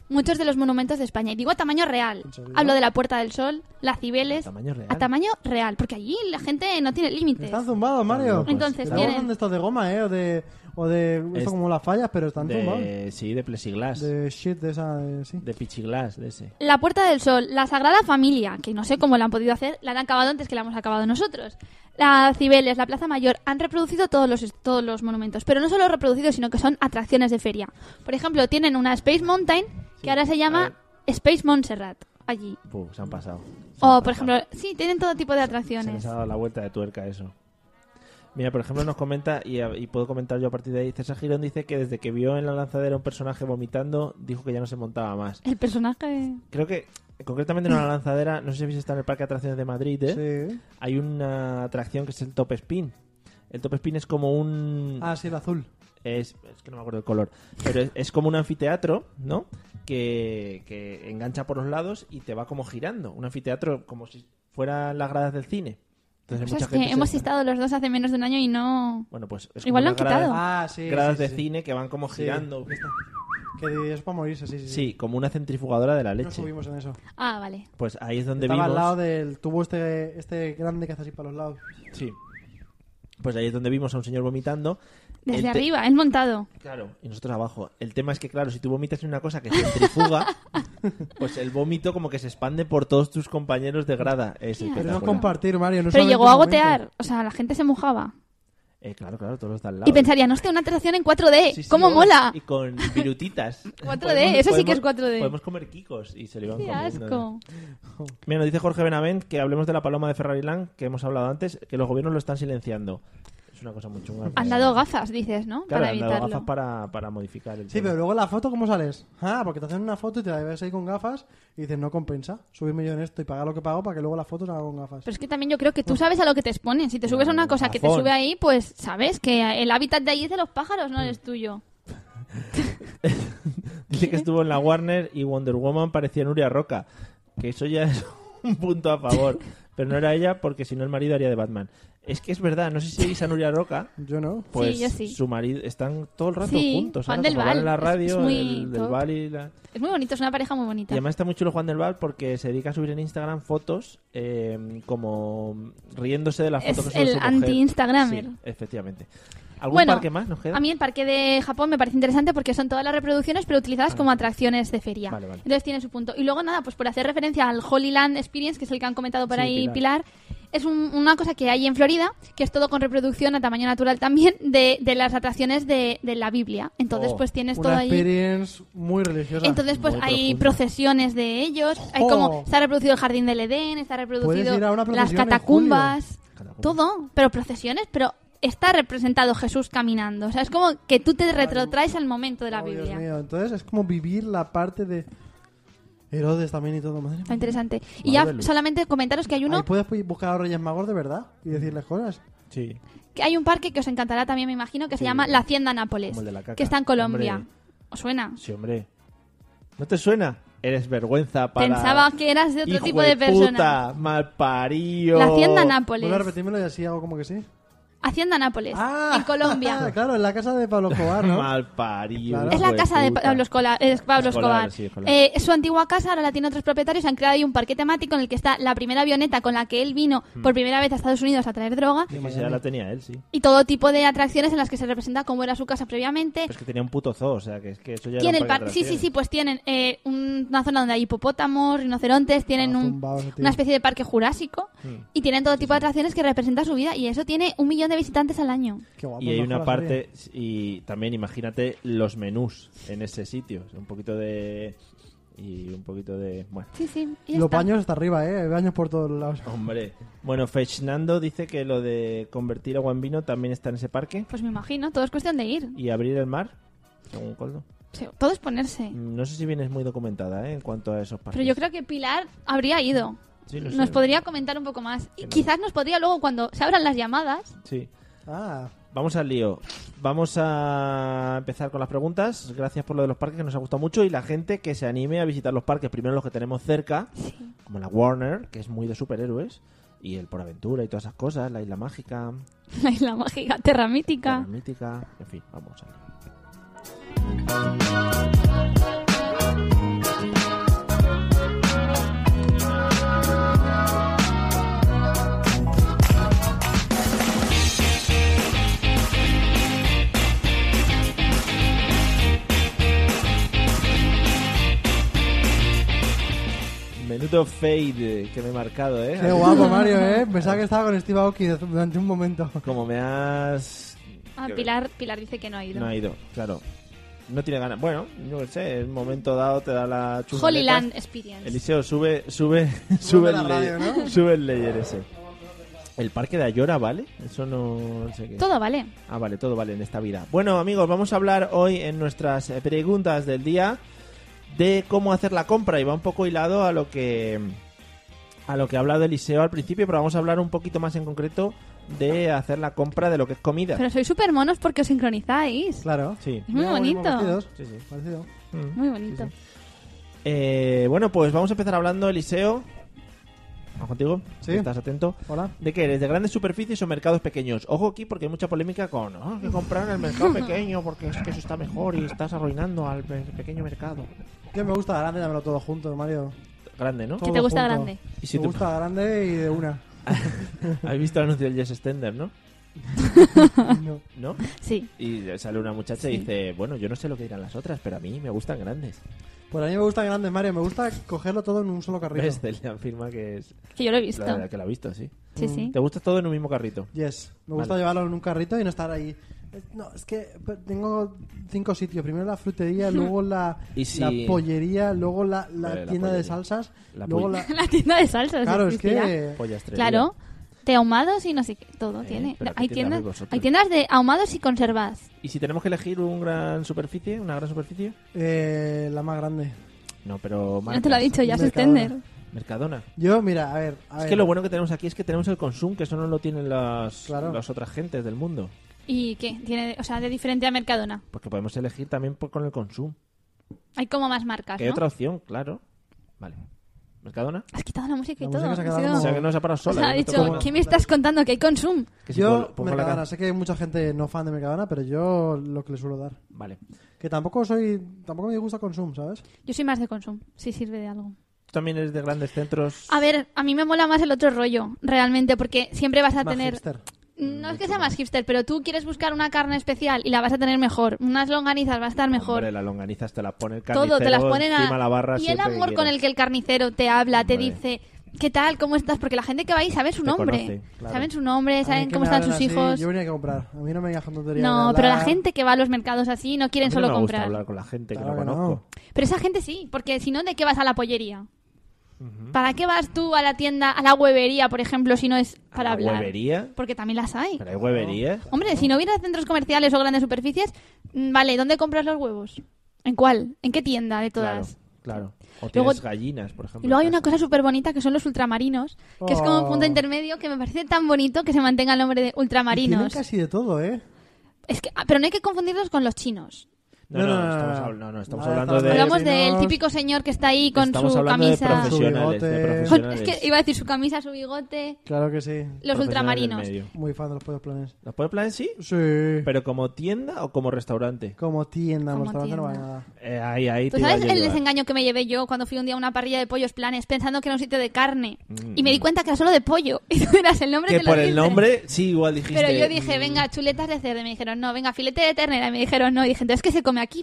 Speaker 3: muchos de los monumentos de España. Y digo a tamaño real.
Speaker 2: ¿En serio?
Speaker 3: Hablo de la Puerta del Sol, la Cibeles.
Speaker 1: A tamaño real.
Speaker 3: A tamaño real, porque allí la gente no tiene límites.
Speaker 2: Están zumbados, Mario.
Speaker 1: Pues,
Speaker 3: Entonces,
Speaker 2: Estamos
Speaker 3: tienen-
Speaker 2: hablando de estos de goma, ¿eh? O de, o de esto
Speaker 1: Es-
Speaker 2: como las fallas, pero están zumbados.
Speaker 1: De, sí, de plexiglas. De,
Speaker 2: De shit, de esa, de- sí.
Speaker 1: pichiglas, de ese.
Speaker 3: La Puerta del Sol, la Sagrada Familia, que no sé cómo la han podido hacer, la han acabado antes que la hemos acabado nosotros. La Cibeles, la Plaza Mayor, han reproducido todos los, todos los monumentos, pero no solo reproducidos, sino que son atracciones de feria. Por ejemplo, tienen una Space Mountain, que
Speaker 1: Sí,
Speaker 3: ahora se
Speaker 1: a
Speaker 3: llama Space Montserrat, allí.
Speaker 1: Puh, se han pasado. Se han
Speaker 3: O, Oh, por
Speaker 1: pasado.
Speaker 3: ejemplo, sí, tienen todo tipo de
Speaker 1: Se
Speaker 3: atracciones.
Speaker 1: les ha dado la vuelta de tuerca eso. Mira, por ejemplo, nos comenta, y, a- y puedo comentar yo a partir de ahí, César Girón dice que desde que vio en la lanzadera un personaje vomitando, dijo que ya no se montaba más.
Speaker 3: El personaje...
Speaker 1: Creo que, concretamente en la lanzadera, no sé si habéis estado en el Parque de Atracciones de Madrid, ¿eh?
Speaker 2: Sí.
Speaker 1: hay una atracción que es el Top Spin. El Top Spin es como un...
Speaker 2: Ah, sí, el azul.
Speaker 1: Es, es que no me acuerdo el color. Pero es, es como un anfiteatro, ¿no? Que, que engancha por los lados y te va como girando. Un anfiteatro como si fueran las gradas del cine. Entonces,
Speaker 3: Pues
Speaker 1: mucha
Speaker 3: es que
Speaker 1: gente se-
Speaker 3: hemos estado los dos hace menos de un año y no...
Speaker 1: Bueno, pues es
Speaker 3: Igual
Speaker 1: como
Speaker 3: lo
Speaker 1: unas
Speaker 3: han
Speaker 1: gradas-
Speaker 3: quitado.
Speaker 2: Ah, sí.
Speaker 1: gradas
Speaker 2: sí,
Speaker 1: de
Speaker 2: sí.
Speaker 1: cine que van como
Speaker 2: Sí.
Speaker 1: girando.
Speaker 2: Que es para morirse, sí, sí.
Speaker 1: Sí,
Speaker 2: sí.
Speaker 1: como una centrifugadora de la
Speaker 2: No
Speaker 1: leche.
Speaker 2: subimos en eso.
Speaker 3: Ah, vale.
Speaker 1: Pues ahí es donde
Speaker 2: Estaba
Speaker 1: vimos.
Speaker 2: al lado del tubo este, este grande que hace así para los lados.
Speaker 1: Sí. Pues ahí es donde vimos a un señor vomitando.
Speaker 3: Desde
Speaker 1: El te-
Speaker 3: arriba, es montado.
Speaker 1: Claro, y nosotros abajo. El tema es que, claro, si tú vomitas en una cosa que centrifuga, pues el vómito como que se expande por todos tus compañeros de grada. Es
Speaker 3: Pero no
Speaker 2: Pero no
Speaker 1: espectacular.
Speaker 2: compartir, Mario. No
Speaker 3: Pero
Speaker 2: solamente
Speaker 3: llegó a
Speaker 2: un momento.
Speaker 3: gotear, o sea, la gente se mojaba.
Speaker 1: Eh, claro, claro, todos los de al lado.
Speaker 3: Y pensarían, hostia, una atracción en 4D,
Speaker 1: Sí, sí,
Speaker 3: ¿cómo
Speaker 1: oh,
Speaker 3: mola?
Speaker 1: Y con virutitas.
Speaker 3: 4D, eso sí que es 4D.
Speaker 1: Podemos comer kikos y se lo iban
Speaker 3: Qué
Speaker 1: comiendo.
Speaker 3: asco.
Speaker 1: Mira, nos dice Jorge Benavent que hablemos de la paloma de Ferrari Land, que hemos hablado antes, que los gobiernos lo están silenciando. Es una cosa muy chunga.
Speaker 3: Han dado gafas, dices, ¿no?
Speaker 1: Claro,
Speaker 3: para
Speaker 1: han dado
Speaker 3: evitarlo.
Speaker 1: gafas para, para modificar el
Speaker 2: Sí,
Speaker 1: tema.
Speaker 2: pero luego la foto, ¿cómo sales? Ah, porque te hacen una foto y te la ves ahí con gafas y dices, no compensa subirme yo en esto y pagar lo que pago para que luego la foto se haga con gafas.
Speaker 3: Pero es que también yo creo que tú sabes a lo que te expones. Si te subes a una cosa que te
Speaker 1: Gafón.
Speaker 3: sube ahí, pues sabes que el hábitat de ahí es de los pájaros, no
Speaker 1: Mm.
Speaker 3: eres tuyo.
Speaker 1: Dice que estuvo en la Warner y Wonder Woman parecía Nuria Roca. Que eso ya es un punto a favor. Pero no era ella porque si no el marido haría de Batman. Es que es verdad, no sé si seguís a Nuria Roca.
Speaker 2: Yo no.
Speaker 1: Pues
Speaker 3: yo sí.
Speaker 1: su marido están todo el rato
Speaker 3: Sí,
Speaker 1: juntos.
Speaker 3: Juan
Speaker 1: ahora,
Speaker 3: del
Speaker 1: como van
Speaker 3: Val,
Speaker 1: en la
Speaker 3: es-
Speaker 1: radio,
Speaker 3: es muy
Speaker 1: el del
Speaker 3: top.
Speaker 1: Val y la...
Speaker 3: Es muy bonito, es una pareja muy
Speaker 1: Y
Speaker 3: bonita.
Speaker 1: además está muy chulo Juan del Val porque se dedica a subir en Instagram fotos eh, como riéndose de la foto
Speaker 3: Es
Speaker 1: que sube
Speaker 3: el
Speaker 1: su mujer.
Speaker 3: anti-instagramer.
Speaker 1: Sí, efectivamente. ¿Algún
Speaker 3: Bueno,
Speaker 1: parque más nos queda?
Speaker 3: A mí el parque de Japón me parece interesante porque son todas las reproducciones, pero utilizadas
Speaker 2: Ah.
Speaker 3: como atracciones de feria.
Speaker 1: Vale, vale.
Speaker 3: Entonces tiene su punto. Y luego, nada, pues por hacer referencia al Holy Land Experience, que es el que han comentado por
Speaker 1: Sí,
Speaker 3: ahí
Speaker 1: Pilar.
Speaker 3: Pilar, es un- una cosa que hay en Florida, que es todo con reproducción a tamaño natural también de, de las atracciones de, de la Biblia. Entonces,
Speaker 1: Oh,
Speaker 3: pues tienes todo
Speaker 2: Una
Speaker 3: ahí.
Speaker 2: experience muy religiosa.
Speaker 3: Entonces, pues
Speaker 1: Muy
Speaker 3: hay
Speaker 1: profundo.
Speaker 3: procesiones de ellos. Hay
Speaker 2: ¡Jo!
Speaker 3: como está reproducido el jardín del Edén, está
Speaker 2: Puedes ir a
Speaker 3: reproducido
Speaker 2: una
Speaker 3: las
Speaker 2: procesión en
Speaker 3: catacumbas,
Speaker 1: Catacumbas.
Speaker 3: todo, pero procesiones, pero está representado Jesús caminando. O sea, es como que tú te retrotraes al momento de la
Speaker 2: Oh, Dios
Speaker 3: Biblia.
Speaker 2: mío. Entonces es como vivir la parte de Herodes también y todo. Madre
Speaker 3: Está
Speaker 2: mía.
Speaker 3: interesante.
Speaker 1: Madre
Speaker 3: Y ya
Speaker 1: luz.
Speaker 3: solamente comentaros que hay
Speaker 2: Ahí
Speaker 3: uno,
Speaker 2: puedes buscar a los Reyes Magos de verdad y decirles cosas.
Speaker 1: Sí.
Speaker 3: que hay un parque que os encantará también, me imagino, que
Speaker 1: Sí.
Speaker 3: se llama La Hacienda Nápoles,
Speaker 1: Como el de la caca.
Speaker 3: que está en Colombia.
Speaker 1: Hombre.
Speaker 3: ¿Os suena?
Speaker 1: Sí, hombre. ¿No te suena? Eres vergüenza para...
Speaker 3: Pensaba que eras de otro
Speaker 1: Hijo
Speaker 3: tipo de persona.
Speaker 1: puta, mal parido.
Speaker 3: La Hacienda
Speaker 2: Vuelvo a
Speaker 3: Nápoles.
Speaker 2: repetírmelo y así hago como que sí.
Speaker 3: Hacienda Nápoles,
Speaker 2: Ah,
Speaker 3: en Colombia.
Speaker 2: claro, en la casa de Pablo Escobar, ¿no?
Speaker 1: Mal parido.
Speaker 2: Claro.
Speaker 3: Es la casa de Pablo Escola- eh, Pablo
Speaker 1: Escolar,
Speaker 3: Escobar.
Speaker 1: sí, Escolar.
Speaker 3: Eh, es su antigua casa, ahora la tiene otros propietarios. Han creado ahí un parque temático en el que está la primera avioneta con la que él vino
Speaker 1: Hmm.
Speaker 3: por primera vez a Estados Unidos a traer droga.
Speaker 1: Ya la tenía él, sí.
Speaker 3: Y todo tipo de atracciones en las que se representa cómo era su casa previamente.
Speaker 1: Pero es que tenía un puto zoo, o sea, que, es que eso ya
Speaker 3: Tienen
Speaker 1: era un
Speaker 3: par-
Speaker 1: parque de
Speaker 3: sí, sí, sí,
Speaker 1: atracciones.
Speaker 3: pues tienen eh, un- una zona donde hay hipopótamos, rinocerontes, tienen
Speaker 2: Ah,
Speaker 3: un-
Speaker 2: zumbaos, tío.
Speaker 3: una especie de parque jurásico
Speaker 1: Mm.
Speaker 3: y tienen todo tipo de atracciones que representa su vida y eso tiene un millón de visitantes al año.
Speaker 2: Qué guapo,
Speaker 1: Y hay
Speaker 2: mejor
Speaker 1: una
Speaker 2: la serie.
Speaker 1: parte, y también imagínate los menús en ese sitio. O sea, un poquito de. Y un poquito de. Bueno,
Speaker 3: Sí, sí. y ya
Speaker 2: Los
Speaker 3: está.
Speaker 2: baños hasta arriba, ¿eh? Hay baños por todos lados.
Speaker 1: hombre. Bueno, Fernando dice que lo de convertir agua en vino también está en ese parque.
Speaker 3: Pues me imagino, todo es cuestión de ir.
Speaker 1: Y abrir el mar, según Coldo.
Speaker 3: Sí, Todo es ponerse.
Speaker 1: Mm, No sé si vienes muy documentada ¿eh? en cuanto a esos parques.
Speaker 3: Pero yo creo que Pilar habría ido.
Speaker 1: Sí, lo sé.
Speaker 3: Nos podría comentar un poco más. Y
Speaker 1: Que no.
Speaker 3: quizás nos podría luego, cuando se abran las llamadas,
Speaker 1: Sí.
Speaker 2: Ah,
Speaker 1: Vamos al lío. Vamos a empezar con las preguntas. Gracias por lo de los parques, que nos ha gustado mucho. Y la gente que se anime a visitar los parques, primero los que tenemos cerca, como la Warner, que es muy de superhéroes, y el Por Aventura y todas esas cosas, la Isla Mágica,
Speaker 3: la isla mágica, Terra
Speaker 1: la
Speaker 3: Mítica.
Speaker 1: Mítica, en fin, vamos al lío. Menudo fade que me he marcado, ¿eh?
Speaker 2: qué guapo, Mario, ¿eh? Pensaba que estaba con Steve Aoki durante un momento.
Speaker 1: Como me has
Speaker 3: Ah, Pilar, Pilar dice que no ha ido.
Speaker 1: No ha ido, claro. No tiene ganas. Bueno, no sé, en un momento dado te da la chunga.
Speaker 3: Holy Land Experience.
Speaker 1: Eliseo, sube, sube, sube
Speaker 2: la
Speaker 1: el layer.
Speaker 2: radio, ¿no?
Speaker 1: Sube el layer ese. El parque de Ayora, ¿vale? Eso no, no sé qué.
Speaker 3: Todo vale.
Speaker 1: Ah, vale, todo vale en esta vida. Bueno, amigos, vamos a hablar hoy en nuestras eh, preguntas del día de cómo hacer la compra y va un poco hilado a lo que a lo que ha hablado Eliseo al principio, pero vamos a hablar un poquito más en concreto de hacer la compra de lo que es comida.
Speaker 3: Pero sois súper monos porque os sincronizáis.
Speaker 2: Claro.
Speaker 1: Sí.
Speaker 3: Es muy
Speaker 2: Mira, buenos
Speaker 3: bonito.
Speaker 2: vestidos.
Speaker 1: Sí, sí.
Speaker 2: Parecido.
Speaker 1: Mm.
Speaker 3: Muy bonito.
Speaker 1: Eh, bueno, pues vamos a empezar hablando, Eliseo. ¿Vamos contigo?
Speaker 2: Sí.
Speaker 1: ¿Estás atento?
Speaker 2: Hola.
Speaker 1: ¿De qué eres? ¿De grandes superficies o mercados pequeños? Ojo aquí porque hay mucha polémica con "Ah, hay que comprar en el mercado pequeño porque es que eso está mejor y estás arruinando al pe- pequeño mercado.
Speaker 2: Que me gusta grande, dámelo todo junto, Mario.
Speaker 1: Grande, ¿no?
Speaker 3: ¿Qué
Speaker 2: Todo
Speaker 3: te gusta
Speaker 2: junto.
Speaker 3: grande?
Speaker 1: Y si
Speaker 2: me
Speaker 1: tú-
Speaker 2: gusta grande y de una.
Speaker 1: Habéis visto el anuncio del Yes Extender, ¿no?
Speaker 2: No.
Speaker 1: ¿No?
Speaker 3: Sí.
Speaker 1: Y sale una muchacha y dice, bueno, yo no sé lo que dirán las otras, pero a mí me gustan grandes.
Speaker 2: Pues a mí me gusta grande, Mario. Me gusta cogerlo todo en un solo carrito.
Speaker 1: ¿Ves? Celia afirma que es
Speaker 3: Que yo lo he visto.
Speaker 1: la, la que la ha visto, sí. Mm,
Speaker 3: Sí, sí.
Speaker 1: ¿Te gusta todo en un mismo carrito?
Speaker 2: Yes, me gusta
Speaker 1: Vale.
Speaker 2: llevarlo en un carrito y no estar ahí. Eh, No, es que pe- tengo cinco sitios. Primero la frutería, luego la,
Speaker 1: Y si-
Speaker 2: la pollería, luego la, la
Speaker 1: Vale, la
Speaker 2: tienda de
Speaker 1: pollería.
Speaker 2: salsas,
Speaker 1: La
Speaker 2: luego
Speaker 1: poll-
Speaker 2: la...
Speaker 3: La tienda de salsas.
Speaker 2: Claro, es
Speaker 3: existirá.
Speaker 2: que...
Speaker 1: Pollastrería.
Speaker 3: Claro. De ahumados y no sé qué. Todo
Speaker 1: Eh,
Speaker 3: tiene.
Speaker 1: pero aquí
Speaker 3: Hay
Speaker 1: tienda
Speaker 3: tiendas,
Speaker 1: de vosotros.
Speaker 3: hay tiendas de ahumados y conservas.
Speaker 1: ¿Y si tenemos que elegir un gran superficie, una gran superficie?
Speaker 2: eh, la más grande.
Speaker 1: No, pero
Speaker 3: No te lo he dicho, ya se
Speaker 2: Mercadona.
Speaker 3: extender.
Speaker 1: Mercadona.
Speaker 2: Yo, mira, a ver... a
Speaker 1: Es
Speaker 2: ver,
Speaker 1: que lo bueno que tenemos aquí es que tenemos el consumo, que eso no lo tienen las,
Speaker 2: Claro.
Speaker 1: las otras gentes del mundo.
Speaker 3: ¿Y qué? Tiene, o sea, de diferente a Mercadona.
Speaker 1: Porque podemos elegir también por- con el consumo.
Speaker 3: Hay como más marcas,
Speaker 1: Que hay
Speaker 3: ¿Ah, ¿no?
Speaker 1: otra opción, claro. Vale. ¿Mercadona?
Speaker 3: Has quitado la música y
Speaker 2: La
Speaker 3: todo.
Speaker 2: música se ha
Speaker 3: ha
Speaker 2: quedado
Speaker 3: sido-
Speaker 1: O sea, que no se ha parado
Speaker 3: o
Speaker 1: sola. ¿eh?
Speaker 3: sea,
Speaker 1: que
Speaker 3: ha
Speaker 1: no te
Speaker 3: dicho,
Speaker 1: pongo-
Speaker 3: ¿qué me estás contando? Que hay consum.
Speaker 1: que si
Speaker 2: Yo,
Speaker 1: pongo- pongo la
Speaker 2: Mercadona,
Speaker 1: can-
Speaker 2: sé que hay mucha gente no fan de Mercadona, pero yo lo que le suelo dar.
Speaker 1: Vale.
Speaker 2: Que tampoco soy. Tampoco me gusta Consum, ¿sabes?
Speaker 3: Yo soy más de consum, si sirve de algo.
Speaker 1: Tú también eres de grandes centros.
Speaker 3: A ver, a mí me mola más el otro rollo, realmente, porque siempre vas a
Speaker 2: Más
Speaker 3: tener...
Speaker 2: hipster.
Speaker 3: No es que sea más hipster, pero tú quieres buscar una carne especial y la vas a tener mejor. Unas longanizas va a estar mejor.
Speaker 1: Hombre, las longanizas te las pone el carnicero
Speaker 3: todo, te las ponen a...
Speaker 1: encima la barra
Speaker 3: y el
Speaker 1: siempre que
Speaker 3: amor con
Speaker 1: quieras.
Speaker 3: el que el carnicero te habla, te
Speaker 1: Hombre.
Speaker 3: dice, ¿qué tal? ¿Cómo estás? Porque la gente que va ahí sabe su
Speaker 1: Te
Speaker 3: nombre.
Speaker 1: conoce, claro.
Speaker 3: Saben su nombre,
Speaker 2: A
Speaker 3: saben
Speaker 2: mí que
Speaker 3: cómo
Speaker 2: me
Speaker 3: están
Speaker 2: hablen
Speaker 3: sus
Speaker 2: así,
Speaker 3: hijos.
Speaker 2: Yo venía a comprar. A mí no me digan tonterías. de
Speaker 3: No,
Speaker 2: hablar.
Speaker 3: pero la gente que va a los mercados así no
Speaker 1: A
Speaker 3: quieren
Speaker 1: mí
Speaker 3: solo
Speaker 1: no me gusta
Speaker 3: comprar.
Speaker 1: hablar con la gente que
Speaker 2: Claro que
Speaker 1: no
Speaker 2: no.
Speaker 1: conozco.
Speaker 3: Pero esa gente sí, porque si no, ¿de qué vas a la pollería? ¿Para qué vas tú a la tienda, a la huevería, por ejemplo, si no es para
Speaker 1: ¿La
Speaker 3: hablar?
Speaker 1: huevería?
Speaker 3: Porque también las hay.
Speaker 1: ¿Pero hay hueverías?
Speaker 3: Hombre, si no hubieras centros comerciales o grandes superficies, mm, vale, ¿dónde compras los huevos? ¿En cuál? ¿En qué tienda de todas?
Speaker 1: Claro, claro. O
Speaker 3: Luego-
Speaker 1: tienes gallinas, por ejemplo.
Speaker 3: Y luego hay
Speaker 1: en
Speaker 3: una
Speaker 1: casa.
Speaker 3: cosa súper bonita que son los ultramarinos, que es como un punto
Speaker 2: Oh.
Speaker 3: intermedio que me parece tan bonito que se mantenga el nombre de
Speaker 2: Y Tienen
Speaker 3: ultramarinos.
Speaker 2: casi de todo, ¿eh?
Speaker 3: Es que, ah, pero no hay que confundirlos con los chinos.
Speaker 1: No, no,
Speaker 2: No, no,
Speaker 1: estamos,
Speaker 2: no.
Speaker 1: habl- no, no, estamos
Speaker 2: Nada,
Speaker 1: hablando
Speaker 2: estamos
Speaker 1: de...
Speaker 3: Hablamos del
Speaker 2: chinos.
Speaker 3: típico señor que está ahí con
Speaker 1: estamos
Speaker 3: su
Speaker 1: hablando de
Speaker 3: camisa.
Speaker 1: profesionales, de
Speaker 2: Su bigote.
Speaker 3: Con-
Speaker 1: profesionales.
Speaker 3: es que iba a decir su camisa, su bigote,
Speaker 2: Claro que sí.
Speaker 3: los
Speaker 1: Profesionales del
Speaker 3: ultramarinos.
Speaker 1: medio.
Speaker 2: Muy fan de los pollos planes.
Speaker 1: ¿Los puede plan sí?
Speaker 2: Sí.
Speaker 1: ¿Pero como tienda o como restaurante?
Speaker 2: Como tienda,
Speaker 3: Como
Speaker 2: restaurante no va
Speaker 3: tienda.
Speaker 2: nada.
Speaker 1: Eh, ahí, ahí
Speaker 3: ¿Tú
Speaker 1: te iba
Speaker 3: Pues sabes
Speaker 1: yo a
Speaker 3: el
Speaker 1: llevar.
Speaker 3: desengaño que me llevé yo cuando fui un día a una parrilla de pollos planes pensando que era un sitio de carne? Y me di cuenta que era solo de pollo. Y tú eras el nombre
Speaker 1: Mm. Que
Speaker 3: te lo
Speaker 1: por el
Speaker 3: dice.
Speaker 1: nombre, sí, igual dijiste... mm.
Speaker 3: Pero yo dije, venga, chuletas de cerdo. Y me dijeron, no, venga, filete de ternera. Y me dijeron, no. Y dije, entonces, ¿qué se come aquí?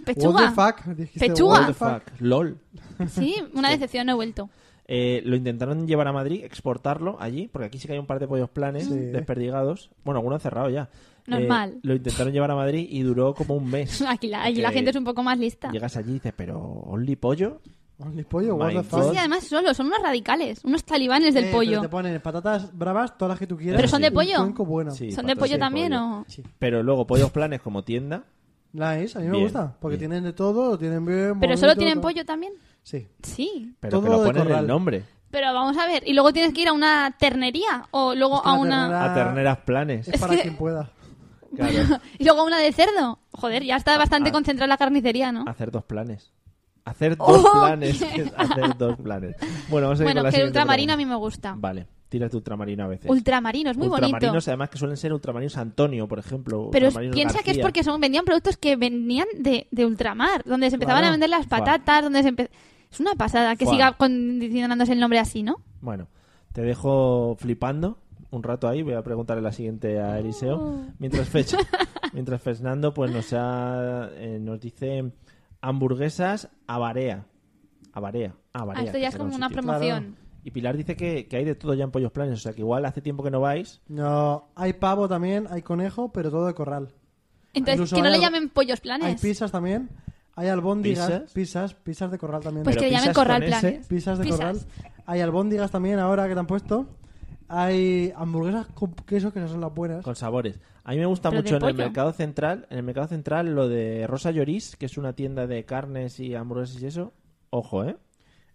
Speaker 2: What the
Speaker 3: ¿Pechuga?
Speaker 2: fuck? Dijiste,
Speaker 3: Pechuga.
Speaker 2: what the
Speaker 1: "What the fuck, LOL.
Speaker 3: Sí, una decepción, no he vuelto.
Speaker 1: Eh, lo intentaron llevar a Madrid, exportarlo allí, porque aquí sí que hay un par de pollos planes
Speaker 2: Sí.
Speaker 1: desperdigados. Bueno, algunos han cerrado ya. Eh,
Speaker 3: Normal.
Speaker 1: lo intentaron llevar a Madrid y duró como un mes.
Speaker 3: Aquí la, allí la
Speaker 1: Porque
Speaker 3: gente es un poco más lista. Sí,
Speaker 1: Llegas allí y dices, pero ¿only pollo?
Speaker 2: Only pollo, what
Speaker 1: My
Speaker 2: the
Speaker 1: God.
Speaker 2: fuck.
Speaker 3: sí, además solo, son unos radicales, unos talibanes del
Speaker 2: Eh,
Speaker 3: pollo.
Speaker 2: Pero te ponen patatas bravas, todas las que tú quieras.
Speaker 1: ¿Pero son de
Speaker 2: Un
Speaker 3: pollo?
Speaker 2: cuenco bueno.
Speaker 1: Sí,
Speaker 3: ¿Son
Speaker 1: patas
Speaker 3: de pollo también o...?
Speaker 2: Sí.
Speaker 1: Pero luego, pollos planes como tienda.
Speaker 2: Nice, a mí me
Speaker 1: Bien,
Speaker 2: gusta. Porque
Speaker 1: bien.
Speaker 2: tienen de todo, lo tienen bien.
Speaker 3: ¿Pero solo
Speaker 2: bonito,
Speaker 3: tienen
Speaker 2: todo.
Speaker 3: pollo también?
Speaker 2: Sí.
Speaker 3: Sí.
Speaker 1: Pero que
Speaker 2: Todo
Speaker 1: lo
Speaker 2: de
Speaker 1: ponen el
Speaker 2: corral.
Speaker 1: nombre.
Speaker 3: Pero vamos a ver, y luego tienes que ir a una ternería o luego
Speaker 2: Es que
Speaker 3: a
Speaker 2: la
Speaker 3: una...
Speaker 2: ternera-
Speaker 1: A terneras planes.
Speaker 2: Ah. Es para
Speaker 3: que-
Speaker 2: quien pueda.
Speaker 1: Claro,
Speaker 3: Y luego a una de cerdo. Joder, ya está bastante
Speaker 1: ah.
Speaker 3: concentrada la carnicería, ¿no?
Speaker 1: hacer dos planes. Hacer
Speaker 3: Oh,
Speaker 1: dos planes. es hacer dos planes. Bueno, vamos a ir con
Speaker 3: Bueno,
Speaker 1: la
Speaker 3: que el
Speaker 1: siguiente
Speaker 3: ultramarino a mí
Speaker 1: pregunta.
Speaker 3: me gusta.
Speaker 1: Vale, tira tu ultramarino a veces.
Speaker 3: Ultramarino, es muy bonito.
Speaker 1: Ultramarinos, además que suelen ser ultramarinos Antonio, por ejemplo.
Speaker 3: Pero es-
Speaker 1: ultramarinos
Speaker 3: piensa que es
Speaker 1: García.
Speaker 3: porque son, vendían productos que venían de, de ultramar, donde se empezaban
Speaker 2: Claro.
Speaker 3: a vender las
Speaker 1: Fua.
Speaker 3: patatas, donde se empe- Es una pasada que
Speaker 1: Fua.
Speaker 3: siga condicionándose el nombre así, ¿no?
Speaker 1: Bueno, te dejo flipando un rato ahí. Voy a preguntarle la siguiente a Eliseo. Mientras, Fech- mientras Fernando pues nos, ha- eh, nos dice hamburguesas a Barea. A Barea. A Barea,
Speaker 3: Ah, esto
Speaker 1: que
Speaker 3: ya es
Speaker 1: será
Speaker 3: como
Speaker 1: un
Speaker 3: una
Speaker 1: sitio.
Speaker 3: promoción.
Speaker 1: Y Pilar dice que, que hay de todo ya en Pollos Planes. O sea, que igual hace tiempo que no vais.
Speaker 2: No, hay pavo también, hay conejo, pero todo de corral.
Speaker 3: Entonces,
Speaker 2: Incluso
Speaker 3: que no
Speaker 2: hay
Speaker 3: le
Speaker 2: al-
Speaker 3: llamen pollos planes.
Speaker 2: Hay pizzas también, hay albóndigas,
Speaker 1: ¿Pizzas?
Speaker 2: pizzas, pizzas, de corral también.
Speaker 3: Pues
Speaker 1: Pero
Speaker 3: que le llamen
Speaker 1: pizzas con
Speaker 3: corral
Speaker 1: ese.
Speaker 3: planes.
Speaker 2: Pizzas de
Speaker 3: Pizzas.
Speaker 2: corral. Hay albóndigas también ahora que te han puesto. Hay hamburguesas con queso, que esas son las buenas.
Speaker 1: Con sabores. A mí me gusta
Speaker 3: Pero de
Speaker 1: mucho en el
Speaker 3: pollo.
Speaker 1: mercado central, en el mercado central lo de Rosa Lloris, que es una tienda de carnes y hamburguesas y eso. Ojo, ¿eh?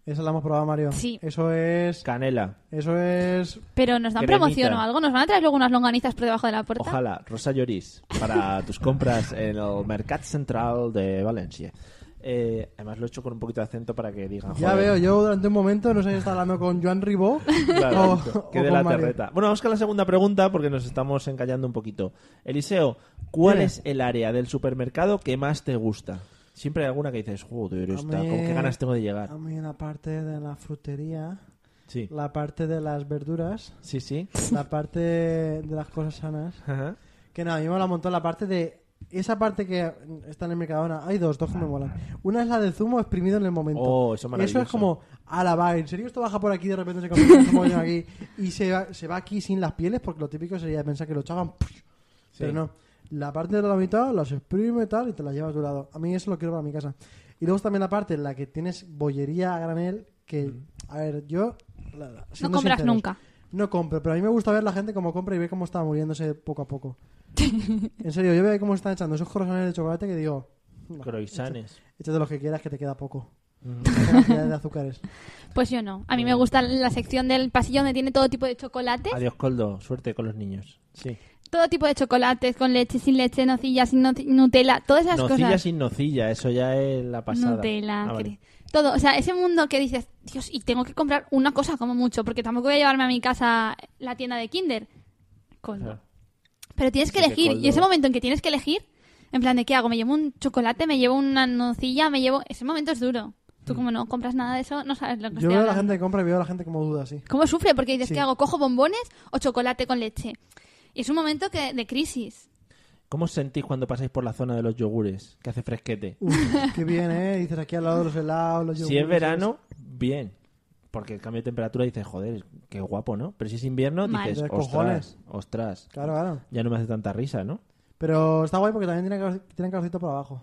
Speaker 2: Esa la hemos probado, Mario.
Speaker 3: Sí.
Speaker 2: Eso es...
Speaker 1: Canela.
Speaker 2: Eso es...
Speaker 3: Pero nos dan
Speaker 1: Cremita.
Speaker 3: promoción o algo, nos van a traer luego unas longanizas por debajo de la puerta.
Speaker 1: Ojalá, Rosa Lloris, para tus compras en el Mercat Central de Valencia. Eh, además lo he hecho con un poquito de acento para que digan...
Speaker 2: Ya
Speaker 1: "Joder".
Speaker 2: veo, yo durante un momento no sé si está hablando con Joan Ribó
Speaker 1: Claro,
Speaker 2: o,
Speaker 1: exacto.
Speaker 2: o
Speaker 1: que de
Speaker 2: con
Speaker 1: la
Speaker 2: Mario.
Speaker 1: terreta. Bueno, vamos con la segunda pregunta porque nos estamos encallando un poquito. Eliseo, ¿cuál
Speaker 2: Dime.
Speaker 1: es el área del supermercado que más te gusta? Siempre hay alguna que dices, joder, esta,
Speaker 2: A mí-
Speaker 1: ¿con qué ganas tengo de llegar?
Speaker 2: A mí la parte de la frutería,
Speaker 1: Sí,
Speaker 2: la parte de las verduras,
Speaker 1: sí, sí.
Speaker 2: la parte de las cosas sanas.
Speaker 1: Ajá.
Speaker 2: Que no, a mí me mola un montón la parte de... Esa parte que está en el Mercadona, hay dos, dos que me molan. Una es la del zumo exprimido en el momento.
Speaker 1: Oh, eso es maravilloso.
Speaker 2: es como, a la va, ¿en serio esto baja por aquí de repente se convierte en zumo de aquí y se va, se va aquí sin las pieles? Porque lo típico sería pensar que lo echaban, ¡push! pero no. La parte de la mitad las exprime tal y te la lleva a tu lado. A mí eso lo quiero para mi casa. Y luego también la parte en la que tienes bollería a granel
Speaker 1: Mm.
Speaker 2: que, a ver, yo... la- la- siendo
Speaker 3: compras
Speaker 2: sinceros,
Speaker 3: nunca.
Speaker 2: No compro, pero a mí me gusta ver la gente cómo compra y ver cómo está muriéndose poco a poco. En serio, yo veo ahí cómo están echando esos croissants de chocolate que digo,
Speaker 1: Croissanes.
Speaker 2: échate los que quieras que te queda poco. Esa cantidad de azúcares.
Speaker 3: Pues yo no. A mí me gusta la sección del pasillo donde tiene todo tipo de chocolate.
Speaker 1: Adiós, Coldo. Suerte con los niños. Sí.
Speaker 3: todo tipo de chocolates, con leche, sin leche, nocilla, sin noci- Nutella, todas esas
Speaker 1: Nocilla
Speaker 3: cosas.
Speaker 1: sin nocilla, eso ya es la pasada.
Speaker 3: Nutella,
Speaker 1: Ah, vale.
Speaker 3: cre- todo. O sea, ese mundo que dices, Dios, y tengo que comprar una cosa como mucho, porque tampoco voy a llevarme a mi casa la tienda de Kinder. Coldo.
Speaker 1: Claro.
Speaker 3: Pero tienes que
Speaker 1: Sí, que
Speaker 3: elegir,
Speaker 1: coldo.
Speaker 3: y ese momento en que tienes que elegir, en plan de qué hago, me llevo un chocolate, me llevo una nocilla, me llevo. Ese momento es duro.
Speaker 1: Mm.
Speaker 3: Tú, como no compras nada de eso, no sabes lo que
Speaker 2: Yo
Speaker 3: estoy
Speaker 2: veo a la
Speaker 3: hablando.
Speaker 2: gente que compra y veo a la gente como duda, sí.
Speaker 3: ¿Cómo sufre? Porque dices,
Speaker 2: Sí.
Speaker 3: ¿qué hago? ¿Cojo bombones o chocolate con leche? Y es un momento que, de crisis.
Speaker 1: ¿Cómo os sentís cuando pasáis por la zona de los yogures? Que hace fresquete.
Speaker 2: Uf, qué bien, ¿eh? Dices aquí al lado de los helados, los
Speaker 1: Si
Speaker 2: yogures,
Speaker 1: es verano, bien. Porque el cambio de temperatura dices, joder, qué guapo, ¿no? Pero si es invierno,
Speaker 3: Mal.
Speaker 1: dices,
Speaker 2: De cojones.
Speaker 1: ostras, ostras.
Speaker 2: Claro, claro.
Speaker 1: Ya no me hace tanta risa, ¿no?
Speaker 2: Pero está guay porque también tienen, calor- tienen calorcito por abajo.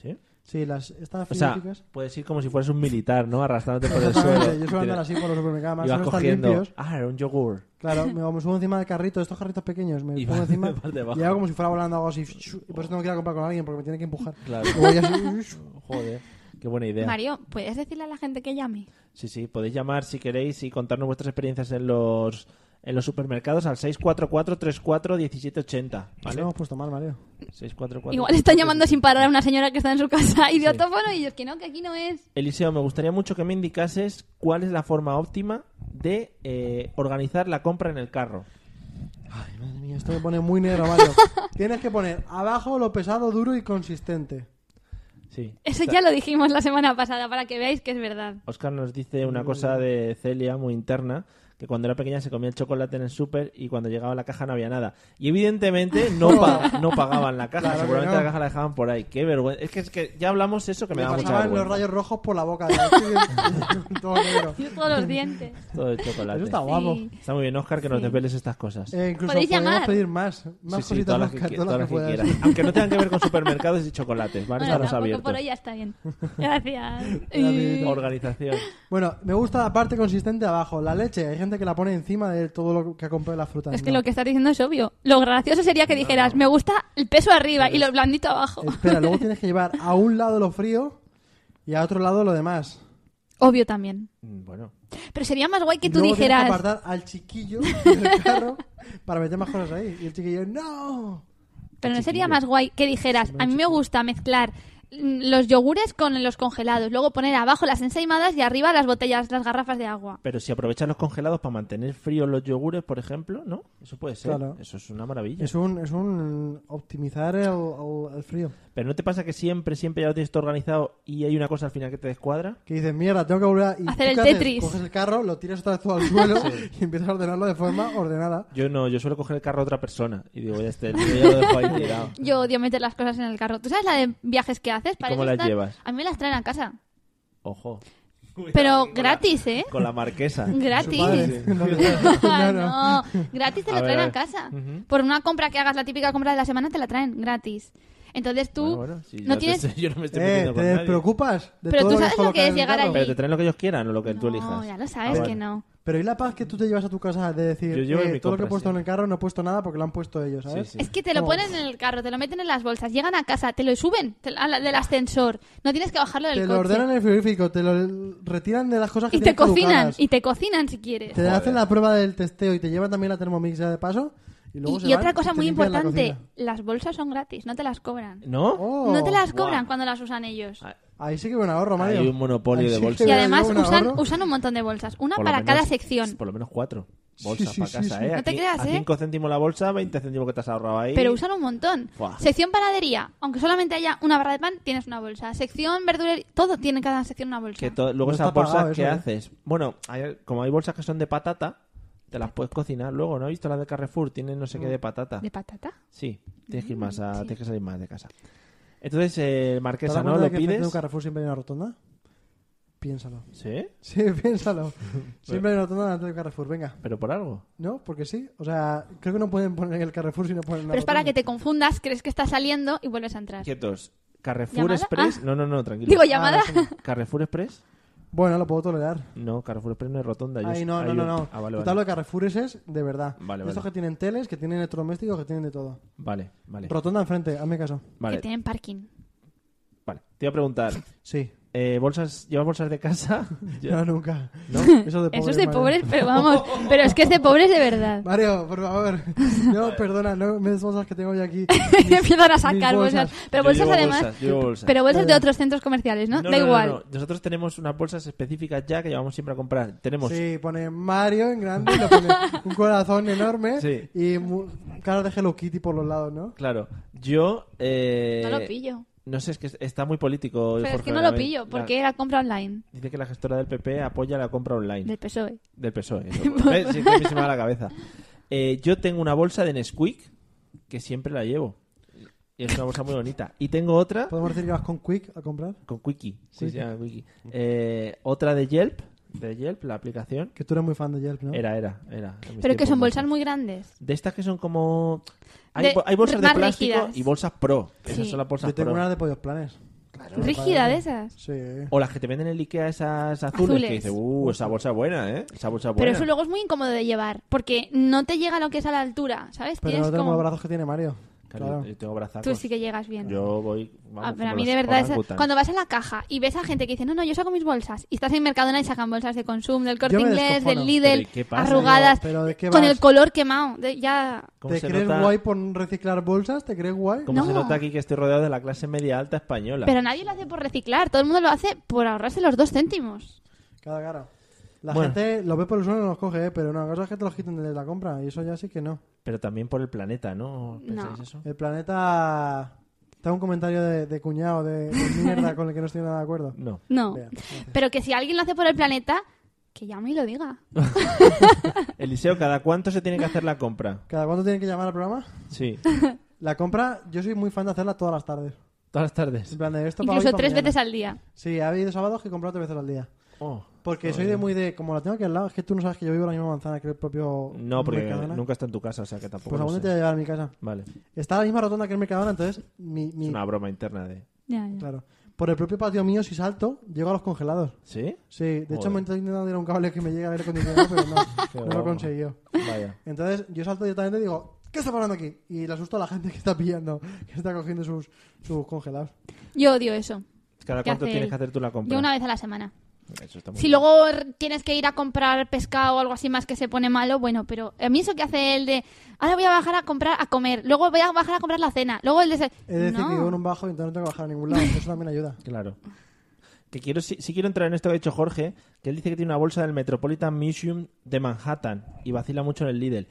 Speaker 1: Sí.
Speaker 2: Sí, las, estas
Speaker 1: O sea,
Speaker 2: frigoríficas...
Speaker 1: puedes ir como si fueras un militar, ¿no? Arrastrándote por el suelo.
Speaker 2: Exactamente, yo suelo andar así por los supermercados,
Speaker 1: Y
Speaker 2: más
Speaker 1: vas
Speaker 2: no están
Speaker 1: cogiendo.
Speaker 2: limpios.
Speaker 1: Ah, era un yogur.
Speaker 2: Claro, me, me subo encima del carrito, estos carritos pequeños, me
Speaker 1: Y
Speaker 2: pongo
Speaker 1: vas-
Speaker 2: encima
Speaker 1: vas debajo.
Speaker 2: y hago como si fuera volando algo así. Y por eso tengo que ir a comprar con alguien porque me tiene que empujar.
Speaker 1: Claro.
Speaker 2: Y voy así,
Speaker 1: Joder, qué buena idea.
Speaker 3: Mario, ¿puedes decirle a la gente que llame?
Speaker 1: Sí, sí, podéis llamar si queréis y contarnos vuestras experiencias en los en los supermercados al 644-34-1780.
Speaker 2: Pues
Speaker 1: ¿Vale?
Speaker 2: lo hemos puesto mal, Mario.
Speaker 1: 644.
Speaker 3: Igual están
Speaker 2: pues,
Speaker 3: llamando sin parar a una señora que está en su casa y de otófono y ellos que no, que aquí no es.
Speaker 1: Eliseo, me gustaría mucho que me indicases cuál es la forma óptima de eh, organizar la compra en el carro.
Speaker 2: Ay, madre mía, esto me pone muy negro, Mario. Tienes que poner abajo lo pesado, duro y consistente.
Speaker 1: Sí.
Speaker 3: Eso ya lo dijimos la semana pasada para que veáis que es verdad.
Speaker 1: Oscar nos dice una cosa de Celia muy interna, que cuando era pequeña se comía el chocolate en el súper y cuando llegaba a la caja no había nada. Y evidentemente no, pa- no pagaban la caja,
Speaker 2: Claro que
Speaker 1: seguramente
Speaker 2: no.
Speaker 1: la caja la dejaban por ahí. Qué vergüenza. Es que, es que ya hablamos eso que me,
Speaker 2: Me
Speaker 1: daba mucha
Speaker 2: pasaban
Speaker 1: vergüenza.
Speaker 2: los rayos rojos por la boca. tío. Todo negro.
Speaker 3: Yo todos los dientes.
Speaker 1: Todo el chocolate.
Speaker 2: Eso está guapo.
Speaker 3: Sí.
Speaker 1: Está muy bien, Oscar, que nos
Speaker 3: Sí.
Speaker 1: desveles estas cosas.
Speaker 2: Eh, incluso
Speaker 3: Podéis
Speaker 2: podemos
Speaker 3: llamar.
Speaker 2: pedir más.
Speaker 1: Sí,
Speaker 2: Más
Speaker 1: sí,
Speaker 2: cositas,
Speaker 1: todas las
Speaker 2: más
Speaker 1: que,
Speaker 2: ca-
Speaker 1: qui-
Speaker 2: todas las que puedas.
Speaker 1: quieras. Aunque no tengan que ver con supermercados y chocolates, ¿vale?
Speaker 3: Bueno,
Speaker 1: Estamos
Speaker 3: tampoco
Speaker 1: abiertos.
Speaker 3: por hoy ya está bien. Gracias.
Speaker 2: Rapidito.
Speaker 1: Organización.
Speaker 2: Bueno, me gusta la parte consistente abajo. La leche, hay gente que la pone encima de todo lo que ha comprado de las frutas.
Speaker 3: Es que
Speaker 2: No.
Speaker 3: lo que estás diciendo es obvio. Lo gracioso sería que dijeras, me gusta el peso arriba y lo blandito abajo.
Speaker 2: Espera, luego tienes que llevar a un lado lo frío y a otro lado lo demás.
Speaker 3: Obvio también.
Speaker 1: Mm, Bueno,
Speaker 3: Pero sería más guay que tú
Speaker 2: Luego Tienes que
Speaker 3: dijeras,
Speaker 2: apartar al chiquillo del carro para meter más cosas ahí. Y el chiquillo, ¡no!
Speaker 3: Pero no sería más guay que dijeras, a mí me gusta mezclar mm, los yogures con los congelados, luego poner abajo las ensaimadas y arriba las botellas, las garrafas de agua.
Speaker 1: pero si aprovechas los congelados para mantener fríos los yogures, por ejemplo, ¿no? Eso puede ser.
Speaker 2: Claro.
Speaker 1: Eso es una maravilla.
Speaker 2: Es un, es un optimizar el, el- el frío.
Speaker 1: Pero ¿no te pasa que siempre, siempre ya lo tienes todo organizado y hay una cosa al final que te descuadra?
Speaker 2: Que dices, mierda, tengo que volver a... Y
Speaker 3: Hacer
Speaker 2: tú
Speaker 3: el
Speaker 2: qué haces?
Speaker 3: Tetris.
Speaker 2: Coges el carro, lo tiras otra vez todo al suelo y empiezas a ordenarlo de forma ordenada.
Speaker 1: Yo no, yo suelo coger el carro a otra persona y digo, ya está, yo ya lo dejo ahí tirado.
Speaker 3: Yo odio meter las cosas en el carro. ¿Tú sabes la de viajes que haces?
Speaker 1: cómo
Speaker 3: eso
Speaker 1: las
Speaker 3: están-
Speaker 1: llevas?
Speaker 3: A mí me las traen a casa.
Speaker 1: Ojo,
Speaker 3: Pero gratis, ¿eh?
Speaker 1: con la marquesa.
Speaker 3: Gratis.
Speaker 2: Vale. No, no,
Speaker 3: Ah,
Speaker 2: no, no.
Speaker 3: no, gratis te
Speaker 1: A
Speaker 3: lo
Speaker 1: ver,
Speaker 3: traen
Speaker 1: a
Speaker 3: a,
Speaker 1: ver.
Speaker 3: casa.
Speaker 1: Ujú.
Speaker 3: Por una compra que hagas, la típica compra de la semana, te la traen gratis. Entonces tú
Speaker 1: Bueno, bueno, sí, ya
Speaker 3: no
Speaker 1: te
Speaker 3: tienes...
Speaker 1: sé, yo no me estoy
Speaker 2: Eh,
Speaker 1: metiendo
Speaker 2: ¿te
Speaker 1: con nadie.
Speaker 2: despreocupas? De
Speaker 3: Pero
Speaker 2: todo
Speaker 3: tú
Speaker 2: lo que
Speaker 3: sabes
Speaker 2: has
Speaker 3: lo que
Speaker 2: colocado
Speaker 3: es
Speaker 2: en el
Speaker 3: llegar
Speaker 2: carro?
Speaker 3: allí.
Speaker 1: Pero te traen lo que ellos quieran o lo que tú elijas.
Speaker 3: No, ya lo sabes
Speaker 1: Ah,
Speaker 3: que
Speaker 1: vale.
Speaker 3: no.
Speaker 2: Pero ¿y la paz que tú te llevas a tu casa de decir,
Speaker 1: Yo llevo en
Speaker 2: eh,
Speaker 1: mi
Speaker 2: todo lo que he
Speaker 1: compra,
Speaker 2: puesto
Speaker 1: sí.
Speaker 2: en el carro no he puesto nada porque lo han puesto ellos, ¿sabes?
Speaker 1: Sí, sí.
Speaker 3: Es que te lo
Speaker 2: Como-
Speaker 3: ponen en el carro, te lo meten en las bolsas, llegan a casa, te lo suben te- a la- del ascensor, no tienes que bajarlo del
Speaker 2: Te lo
Speaker 3: coche.
Speaker 2: ordenan en el frigorífico, te lo retiran de las cosas que
Speaker 3: y te
Speaker 2: tienes
Speaker 3: cocinan,
Speaker 2: caducadas.
Speaker 3: y te cocinan si quieres.
Speaker 2: Te hacen la prueba del testeo y te llevan también la Thermomix ya de paso. Y, luego
Speaker 3: Y,
Speaker 2: se
Speaker 3: y
Speaker 2: van
Speaker 3: otra cosa
Speaker 2: te
Speaker 3: muy
Speaker 2: limpian la
Speaker 3: importante,
Speaker 2: cocina.
Speaker 3: las bolsas son gratis, no te las cobran.
Speaker 1: ¿No?
Speaker 2: Oh,
Speaker 3: no te las
Speaker 1: guau.
Speaker 3: cobran cuando las usan ellos.
Speaker 1: Ah,
Speaker 2: Ahí sí que veo un ahorro, Mario.
Speaker 1: Hay un monopolio
Speaker 2: Ahí
Speaker 1: de
Speaker 2: sí que
Speaker 1: bolsas.
Speaker 3: y
Speaker 2: veo
Speaker 3: además
Speaker 2: yo un
Speaker 3: usan,
Speaker 2: ahorro.
Speaker 3: usan un montón de bolsas, una
Speaker 1: Por lo
Speaker 3: para
Speaker 1: menos-
Speaker 3: cada sección.
Speaker 1: Por lo menos cuatro bolsas
Speaker 2: Sí, sí,
Speaker 1: para
Speaker 2: sí,
Speaker 1: casa,
Speaker 2: sí.
Speaker 1: ¿eh?
Speaker 3: No te
Speaker 1: Aquí-
Speaker 3: creas,
Speaker 1: a
Speaker 3: ¿eh?
Speaker 1: 5 céntimos la bolsa, 20 céntimos que te has ahorrado ahí.
Speaker 3: Pero usan un montón.
Speaker 1: Buah.
Speaker 3: Sección panadería, aunque solamente haya una barra de pan, tienes una bolsa. Sección verdulería, todo tiene cada sección una bolsa.
Speaker 1: Que to- luego
Speaker 2: No
Speaker 1: esas
Speaker 2: está pagado
Speaker 1: bolsas, ¿qué
Speaker 2: eso, ¿eh?
Speaker 1: haces? Bueno, hay- como hay bolsas que son de patata, te las puedes cocinar luego, ¿no? ¿Has visto las de Carrefour? Tienen no sé qué
Speaker 2: Mm.
Speaker 1: de patata.
Speaker 3: ¿De patata?
Speaker 1: Sí, tienes que ir más a-
Speaker 3: sí.
Speaker 1: tienes que salir más de casa. Entonces, eh,
Speaker 2: ¿Te das
Speaker 1: marquesa, ¿no?
Speaker 2: cuenta de
Speaker 1: Lo
Speaker 2: que enfrente de un
Speaker 1: pides.
Speaker 2: Carrefour siempre hay una rotonda? Piénsalo.
Speaker 1: ¿Sí?
Speaker 2: Sí, piénsalo. Siempre hay una rotonda delante del Carrefour, venga.
Speaker 1: ¿Pero por algo?
Speaker 2: ¿No? Porque sí. O sea, creo que no pueden poner en el Carrefour si no ponen una
Speaker 3: Pero es para que
Speaker 2: rotonda.
Speaker 3: te confundas, crees que estás saliendo y vuelves a entrar.
Speaker 1: Quietos. Carrefour
Speaker 3: ¿Llamada? Ah.
Speaker 1: Express. No, no, no, tranquilo.
Speaker 3: Digo, llamada.
Speaker 2: Ah, no,
Speaker 1: ¿Carrefour Express?
Speaker 2: Bueno, lo puedo tolerar.
Speaker 1: No, Carrefour Express no es rotonda. yo
Speaker 2: Ay,
Speaker 1: es-
Speaker 2: no,
Speaker 1: hay
Speaker 2: no,
Speaker 1: un-
Speaker 2: no, no.
Speaker 1: Ah, vale,
Speaker 2: Yo te
Speaker 1: vale.
Speaker 2: hablo de Carrefour ese es de verdad.
Speaker 1: Vale,
Speaker 2: Estos
Speaker 1: vale.
Speaker 2: que tienen teles, que tienen electrodomésticos, que tienen de todo.
Speaker 1: Vale, vale.
Speaker 2: Rotonda enfrente, hazme caso.
Speaker 1: Vale,
Speaker 3: Que tienen parking.
Speaker 1: vale. Te iba a preguntar,
Speaker 2: Sí.
Speaker 1: eh, bolsas, llevas bolsas de casa.
Speaker 2: No, nunca.
Speaker 1: ¿No?
Speaker 2: Eso es de pobres.
Speaker 3: Eso es de
Speaker 2: Mario.
Speaker 3: pobres, pero vamos, pero es que es de pobres de verdad.
Speaker 2: Mario, por favor. No, perdona, no me desbolsas que tengo yo aquí.
Speaker 3: Y empiezan a
Speaker 2: Mis
Speaker 3: sacar bolsas.
Speaker 2: bolsas.
Speaker 3: Pero
Speaker 1: Yo
Speaker 3: bolsas
Speaker 1: llevo
Speaker 3: además.
Speaker 1: bolsas, yo llevo bolsas.
Speaker 3: Pero bolsas de otros centros comerciales, ¿no?
Speaker 1: No,
Speaker 3: da
Speaker 1: no, no,
Speaker 3: igual.
Speaker 1: no. Nosotros tenemos unas bolsas específicas ya que llevamos siempre a comprar. Tenemos
Speaker 2: Sí, pone Mario en grande, y le pone un corazón enorme
Speaker 1: Sí.
Speaker 2: y mu- caras de Hello Kitty por los lados, ¿no?
Speaker 1: Claro, yo... eh,
Speaker 3: No lo pillo.
Speaker 1: No sé, es que está muy político.
Speaker 3: Pero es
Speaker 1: Jorge
Speaker 3: que no lo
Speaker 1: Benavent.
Speaker 3: pillo,
Speaker 1: La-
Speaker 3: porque era compra online
Speaker 1: Dice que la gestora del PP apoya la compra online.
Speaker 3: del PSOE.
Speaker 1: Del PSOE. E. eso. ¿Ves? Sí, que a mí se me va la cabeza. Eh, yo tengo una bolsa de Nesquik que siempre la llevo. Y es una bolsa muy bonita. Y tengo otra
Speaker 2: ¿Podemos decir que vas con Quick a comprar?
Speaker 1: con Quickie. Sí,
Speaker 2: Quickie.
Speaker 1: se llama Quickie. Eh, otra de Yelp, de Yelp, la aplicación.
Speaker 2: Que tú eres muy fan de Yelp, ¿no?
Speaker 1: Era, era, era. en mis
Speaker 3: Pero que
Speaker 1: tiempos
Speaker 3: son
Speaker 1: mozos.
Speaker 3: bolsas muy grandes.
Speaker 1: De estas que son como... Hay,
Speaker 3: De-
Speaker 1: bo- hay bolsas de
Speaker 3: más
Speaker 1: plástico
Speaker 3: rígidas.
Speaker 1: y bolsas pro. Esas
Speaker 3: Sí.
Speaker 1: son las bolsas
Speaker 2: Yo tengo
Speaker 1: pro.
Speaker 2: una de pollos planes.
Speaker 3: Rígida de esas.
Speaker 2: Sí.
Speaker 1: O las que te venden en el Ikea, esas azules,
Speaker 3: Azules.
Speaker 1: que dices, uh, esa bolsa es buena, ¿eh? Esa bolsa es
Speaker 3: Pero
Speaker 1: buena.
Speaker 3: eso luego es muy incómodo de llevar, porque no te llega lo que es a la altura, ¿sabes?
Speaker 2: Pero no
Speaker 3: Tienes
Speaker 2: tenemos
Speaker 3: como...
Speaker 2: los brazos que tiene Mario.
Speaker 1: Claro, eh,
Speaker 2: Claro.
Speaker 1: yo tengo brazacos.
Speaker 3: Tú sí que llegas bien.
Speaker 1: Yo voy... vamos,
Speaker 3: Ah, pero a
Speaker 1: como
Speaker 3: mí
Speaker 1: los
Speaker 3: de verdad, esa-
Speaker 1: orangutanes.
Speaker 3: cuando vas a la caja y ves a gente que dice, no, no, yo saco mis bolsas, y estás en Mercadona y sacan bolsas de consumo, del corte
Speaker 2: Yo me
Speaker 3: inglés,
Speaker 2: descojono.
Speaker 3: del
Speaker 1: Pero ¿y
Speaker 3: Lidl,
Speaker 1: qué pasa?
Speaker 3: arrugadas,
Speaker 2: Pero, ¿de qué
Speaker 3: con
Speaker 2: vas?
Speaker 3: el color quemado. de- ya...
Speaker 1: ¿Cómo
Speaker 2: ¿Te
Speaker 1: se
Speaker 2: crees
Speaker 1: nota-
Speaker 2: guay por reciclar bolsas? ¿Te crees guay?
Speaker 1: ¿Cómo
Speaker 3: No.
Speaker 1: se nota aquí que estoy rodeado de la clase media alta española?
Speaker 3: Pero nadie lo hace por reciclar, todo el mundo lo hace por ahorrarse los dos céntimos.
Speaker 2: Cada cara. La
Speaker 1: Bueno.
Speaker 2: gente lo ve por el suelo y no los coge, ¿eh? pero no, la cosa es que te los quiten desde la compra y eso ya sí que no.
Speaker 1: Pero también por el planeta, ¿no? ¿Pensáis
Speaker 3: No.
Speaker 1: eso?
Speaker 2: El planeta. Está un comentario de, de cuñado de, de mierda con el que no estoy nada de acuerdo.
Speaker 1: No.
Speaker 3: No.
Speaker 2: Bien,
Speaker 3: Pero que si alguien lo hace por el planeta, que llame y lo diga.
Speaker 1: Eliseo, ¿cada cuánto se tiene que hacer la compra?
Speaker 2: ¿Cada cuánto tienen que llamar al programa?
Speaker 1: Sí.
Speaker 2: La compra, yo soy muy fan de hacerla todas las tardes.
Speaker 1: Todas las
Speaker 2: En
Speaker 1: tardes.
Speaker 2: plan de esto para
Speaker 3: Incluso
Speaker 2: hoy, para
Speaker 3: tres
Speaker 2: mañana.
Speaker 3: veces al día.
Speaker 2: Sí, ha habido sábados que he comprado tres veces al día.
Speaker 1: Oh.
Speaker 2: Porque soy de muy de. Como la tengo aquí al lado, es que tú no sabes que yo vivo en la misma manzana que el propio.
Speaker 1: No, porque
Speaker 2: Mercadona.
Speaker 1: nunca está en tu casa, o sea que tampoco
Speaker 2: Pues
Speaker 1: lo
Speaker 2: algún
Speaker 1: sé.
Speaker 2: día te voy a llevar a mi casa.
Speaker 1: Vale.
Speaker 2: Está a la misma rotonda que el Mercadona, entonces. Mi, mi-
Speaker 1: Es una broma interna de...
Speaker 3: Ya, ya.
Speaker 2: Claro. Por el propio patio mío, si salto, llego a los congelados.
Speaker 1: ¿Sí?
Speaker 2: Sí, de hecho
Speaker 1: Joder.
Speaker 2: me estoy intentando tirar un cable que me llegue al aire acondicionado, pero
Speaker 1: Qué
Speaker 2: no, no lo
Speaker 1: guapo.
Speaker 2: he conseguido.
Speaker 1: Vaya.
Speaker 2: Entonces yo salto directamente y digo, ¿qué está pasando aquí? Y le asusto a la gente que está pillando, que está cogiendo sus, sus congelados.
Speaker 3: Yo odio eso.
Speaker 1: ¿Cada
Speaker 3: ¿Qué
Speaker 1: cuánto
Speaker 3: hace
Speaker 1: tienes
Speaker 3: él?
Speaker 1: que hacer tú la compra?
Speaker 3: Yo una vez a la semana.
Speaker 1: Eso está muy
Speaker 3: Si
Speaker 1: bien.
Speaker 3: luego r- tienes que ir a comprar pescado o algo así más que se pone malo, bueno, pero a mí eso que hace el de ahora voy a bajar a comprar a comer, luego voy a bajar a comprar la cena, luego el de se-
Speaker 2: Es decir,
Speaker 3: no.
Speaker 2: que vivo en un bajo y entonces no tengo que bajar a ningún lado. Eso también ayuda.
Speaker 1: Claro. Que quiero, sí, sí quiero entrar en esto que ha dicho Jorge, que él dice que tiene una bolsa del Metropolitan Museum de Manhattan y vacila mucho en el Lidl.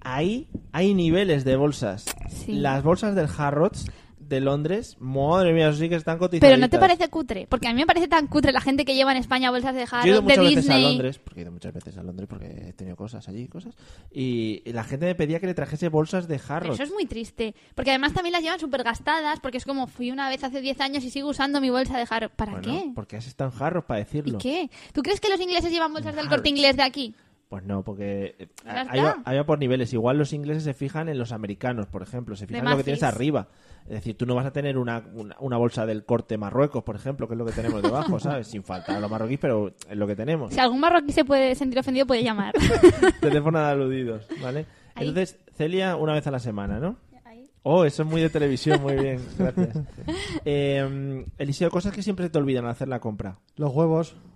Speaker 1: Ahí hay niveles de bolsas.
Speaker 3: Sí.
Speaker 1: Las bolsas del Harrods de Londres, madre mía, eso sí que están cotizadas.
Speaker 3: Pero no te parece cutre, porque a mí me parece tan cutre la gente que lleva en España bolsas de
Speaker 1: Yo he ido
Speaker 3: Harold, de
Speaker 1: muchas veces a
Speaker 3: Disney.
Speaker 1: Londres, porque he ido muchas veces a Londres porque he tenido cosas allí, cosas. Y la gente me pedía que le trajese bolsas de
Speaker 3: Pero
Speaker 1: Harrods.
Speaker 3: eso es muy triste, porque además también las llevan súper gastadas, porque es como fui una vez hace 10 años y sigo usando mi bolsa de Harold. ¿Para
Speaker 1: Bueno,
Speaker 3: qué?
Speaker 1: Porque has estado en Harrods para
Speaker 3: ¿Y
Speaker 1: decirlo.
Speaker 3: qué? ¿Tú crees que los ingleses llevan bolsas del
Speaker 1: Harrods.
Speaker 3: corte inglés de aquí?
Speaker 1: Pues no, porque eh,
Speaker 3: ¿No las
Speaker 1: ahí
Speaker 3: da?
Speaker 1: va, ahí va por niveles. Igual los ingleses se fijan en los americanos, por ejemplo. Se fijan en lo que
Speaker 3: Macy's.
Speaker 1: tienes arriba. Es decir, tú no vas a tener una, una, una bolsa del corte Marruecos, por ejemplo, que es lo que tenemos debajo, ¿sabes? Sin faltar a los marroquíes, pero es lo que tenemos.
Speaker 3: Si algún marroquí se puede sentir ofendido, puede llamar.
Speaker 1: Teléfono de aludidos, ¿vale?
Speaker 3: Ahí.
Speaker 1: Entonces, Celia, una vez a la semana, ¿no? Oh, eso es muy de televisión, muy bien, gracias. Eh, Eliseo, cosas que siempre te olvidan al hacer la compra.
Speaker 2: Los huevos.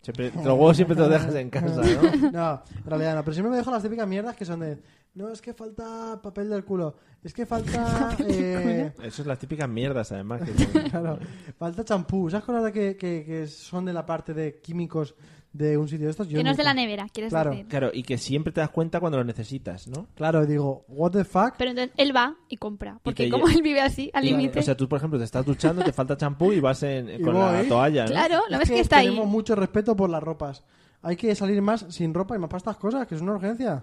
Speaker 1: Siempre, los huevos siempre te los dejas en casa, ¿no?
Speaker 2: No, en realidad no. Pero siempre me dejo las típicas mierdas que son de. No, es que falta papel del culo. Es que falta. eh,
Speaker 1: Eso es las típicas mierdas, además. que-
Speaker 2: Claro, falta champú. ¿Sabes con la que, que, que son de la parte de químicos de un sitio de estos? Yo
Speaker 3: que no es de
Speaker 2: nunca-
Speaker 3: la nevera, quieres
Speaker 2: Claro.
Speaker 3: decir.
Speaker 1: Claro, y que siempre te das cuenta cuando lo necesitas, ¿no?
Speaker 2: Claro, digo, what the fuck?
Speaker 3: Pero entonces él va y compra. Porque
Speaker 1: te
Speaker 3: como
Speaker 1: lle-
Speaker 3: él vive así, al
Speaker 1: Y-
Speaker 3: límite.
Speaker 1: O sea, tú, por ejemplo, te estás duchando, te falta champú y vas en,
Speaker 2: Y
Speaker 1: con la
Speaker 2: voy.
Speaker 1: toalla, ¿no?
Speaker 3: claro, lo
Speaker 2: Es
Speaker 3: ves que, está ahí.
Speaker 2: tenemos mucho respeto por las ropas. Hay que salir más sin ropa y más para estas cosas, que es una urgencia.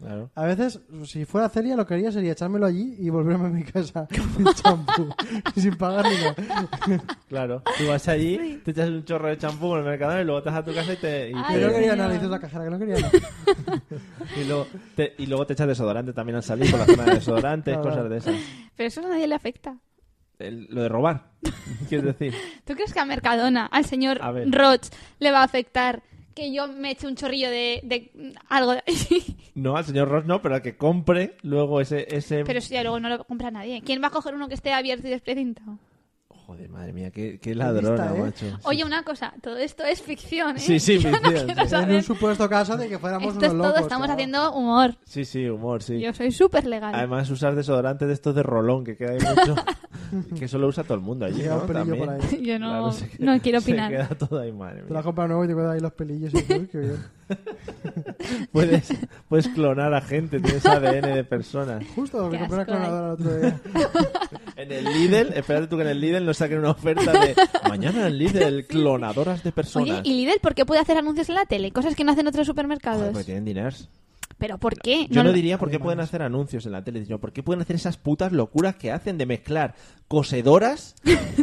Speaker 1: Claro.
Speaker 2: A veces, si fuera Celia, lo que haría sería echármelo allí y volverme a mi casa sin champú, sin pagar ni nada.
Speaker 1: Claro. Tú vas allí, te echas un chorro de champú en el mercado y luego te vas a tu casa y te... Y,
Speaker 3: Ay,
Speaker 2: Que no
Speaker 3: Dios
Speaker 1: te,
Speaker 2: quería nada,
Speaker 3: mío.
Speaker 2: le dices a la cajera que no quería nada.
Speaker 1: y luego, te, y luego te echas desodorante también al salir por la zona de desodorantes,
Speaker 2: Claro.
Speaker 1: cosas de esas.
Speaker 3: Pero eso a nadie le afecta.
Speaker 1: El- lo de robar, quieres decir.
Speaker 3: ¿Tú crees que a Mercadona, al señor
Speaker 1: A ver.
Speaker 3: Roch, le va a afectar que yo me eche un chorrillo de, de algo? de-
Speaker 1: No, al señor Ross no, pero al que compre luego ese... ese...
Speaker 3: Pero eso ya luego no lo compra nadie. ¿Quién va a coger uno que esté abierto y desprecintado?
Speaker 1: Joder, madre mía, qué, qué ladrona,
Speaker 2: lista, ¿eh?
Speaker 1: macho. Sí.
Speaker 3: Oye, una cosa, todo esto es ficción, ¿eh?
Speaker 1: Sí, sí,
Speaker 3: Yo no
Speaker 1: ficción,
Speaker 3: quiero
Speaker 1: sí.
Speaker 2: En un
Speaker 3: saber.
Speaker 2: supuesto caso de que fuéramos
Speaker 3: Esto es
Speaker 2: unos
Speaker 3: todo,
Speaker 2: locos.
Speaker 3: estamos
Speaker 2: claro.
Speaker 3: haciendo humor.
Speaker 1: Sí, sí, humor, sí.
Speaker 3: Yo soy súper legal.
Speaker 1: Además, usar desodorante de estos de rolón, que queda ahí mucho. que eso lo usa todo el mundo allí,
Speaker 2: Llega
Speaker 1: ¿no?
Speaker 2: un pelillo
Speaker 1: También.
Speaker 2: por ahí.
Speaker 3: Yo no,
Speaker 1: Claro, se queda-
Speaker 3: no quiero opinar.
Speaker 1: Se queda todo ahí, madre
Speaker 2: Te la
Speaker 1: mía.
Speaker 2: compras nuevo y te quedas ahí los pelillos. Y, uy, qué bien.
Speaker 1: Puedes, puedes clonar a gente, tienes ADN de personas.
Speaker 2: Justo,
Speaker 3: Qué
Speaker 2: me compré una
Speaker 3: asco, eh.
Speaker 2: clonadora el otro día.
Speaker 1: En el Lidl, espérate tú que en el Lidl nos saquen una oferta de mañana en Lidl, clonadoras de
Speaker 3: Oye,
Speaker 1: personas.
Speaker 3: ¿y Lidl por qué puede hacer anuncios en la tele? Cosas que no hacen otros
Speaker 1: Joder,
Speaker 3: supermercados.
Speaker 1: porque tienen dineros.
Speaker 3: ¿Pero por qué?
Speaker 1: Yo no,
Speaker 3: lo-
Speaker 1: diría por qué pueden hacer anuncios en la tele, sino por qué pueden hacer esas putas locuras que hacen de mezclar cosedoras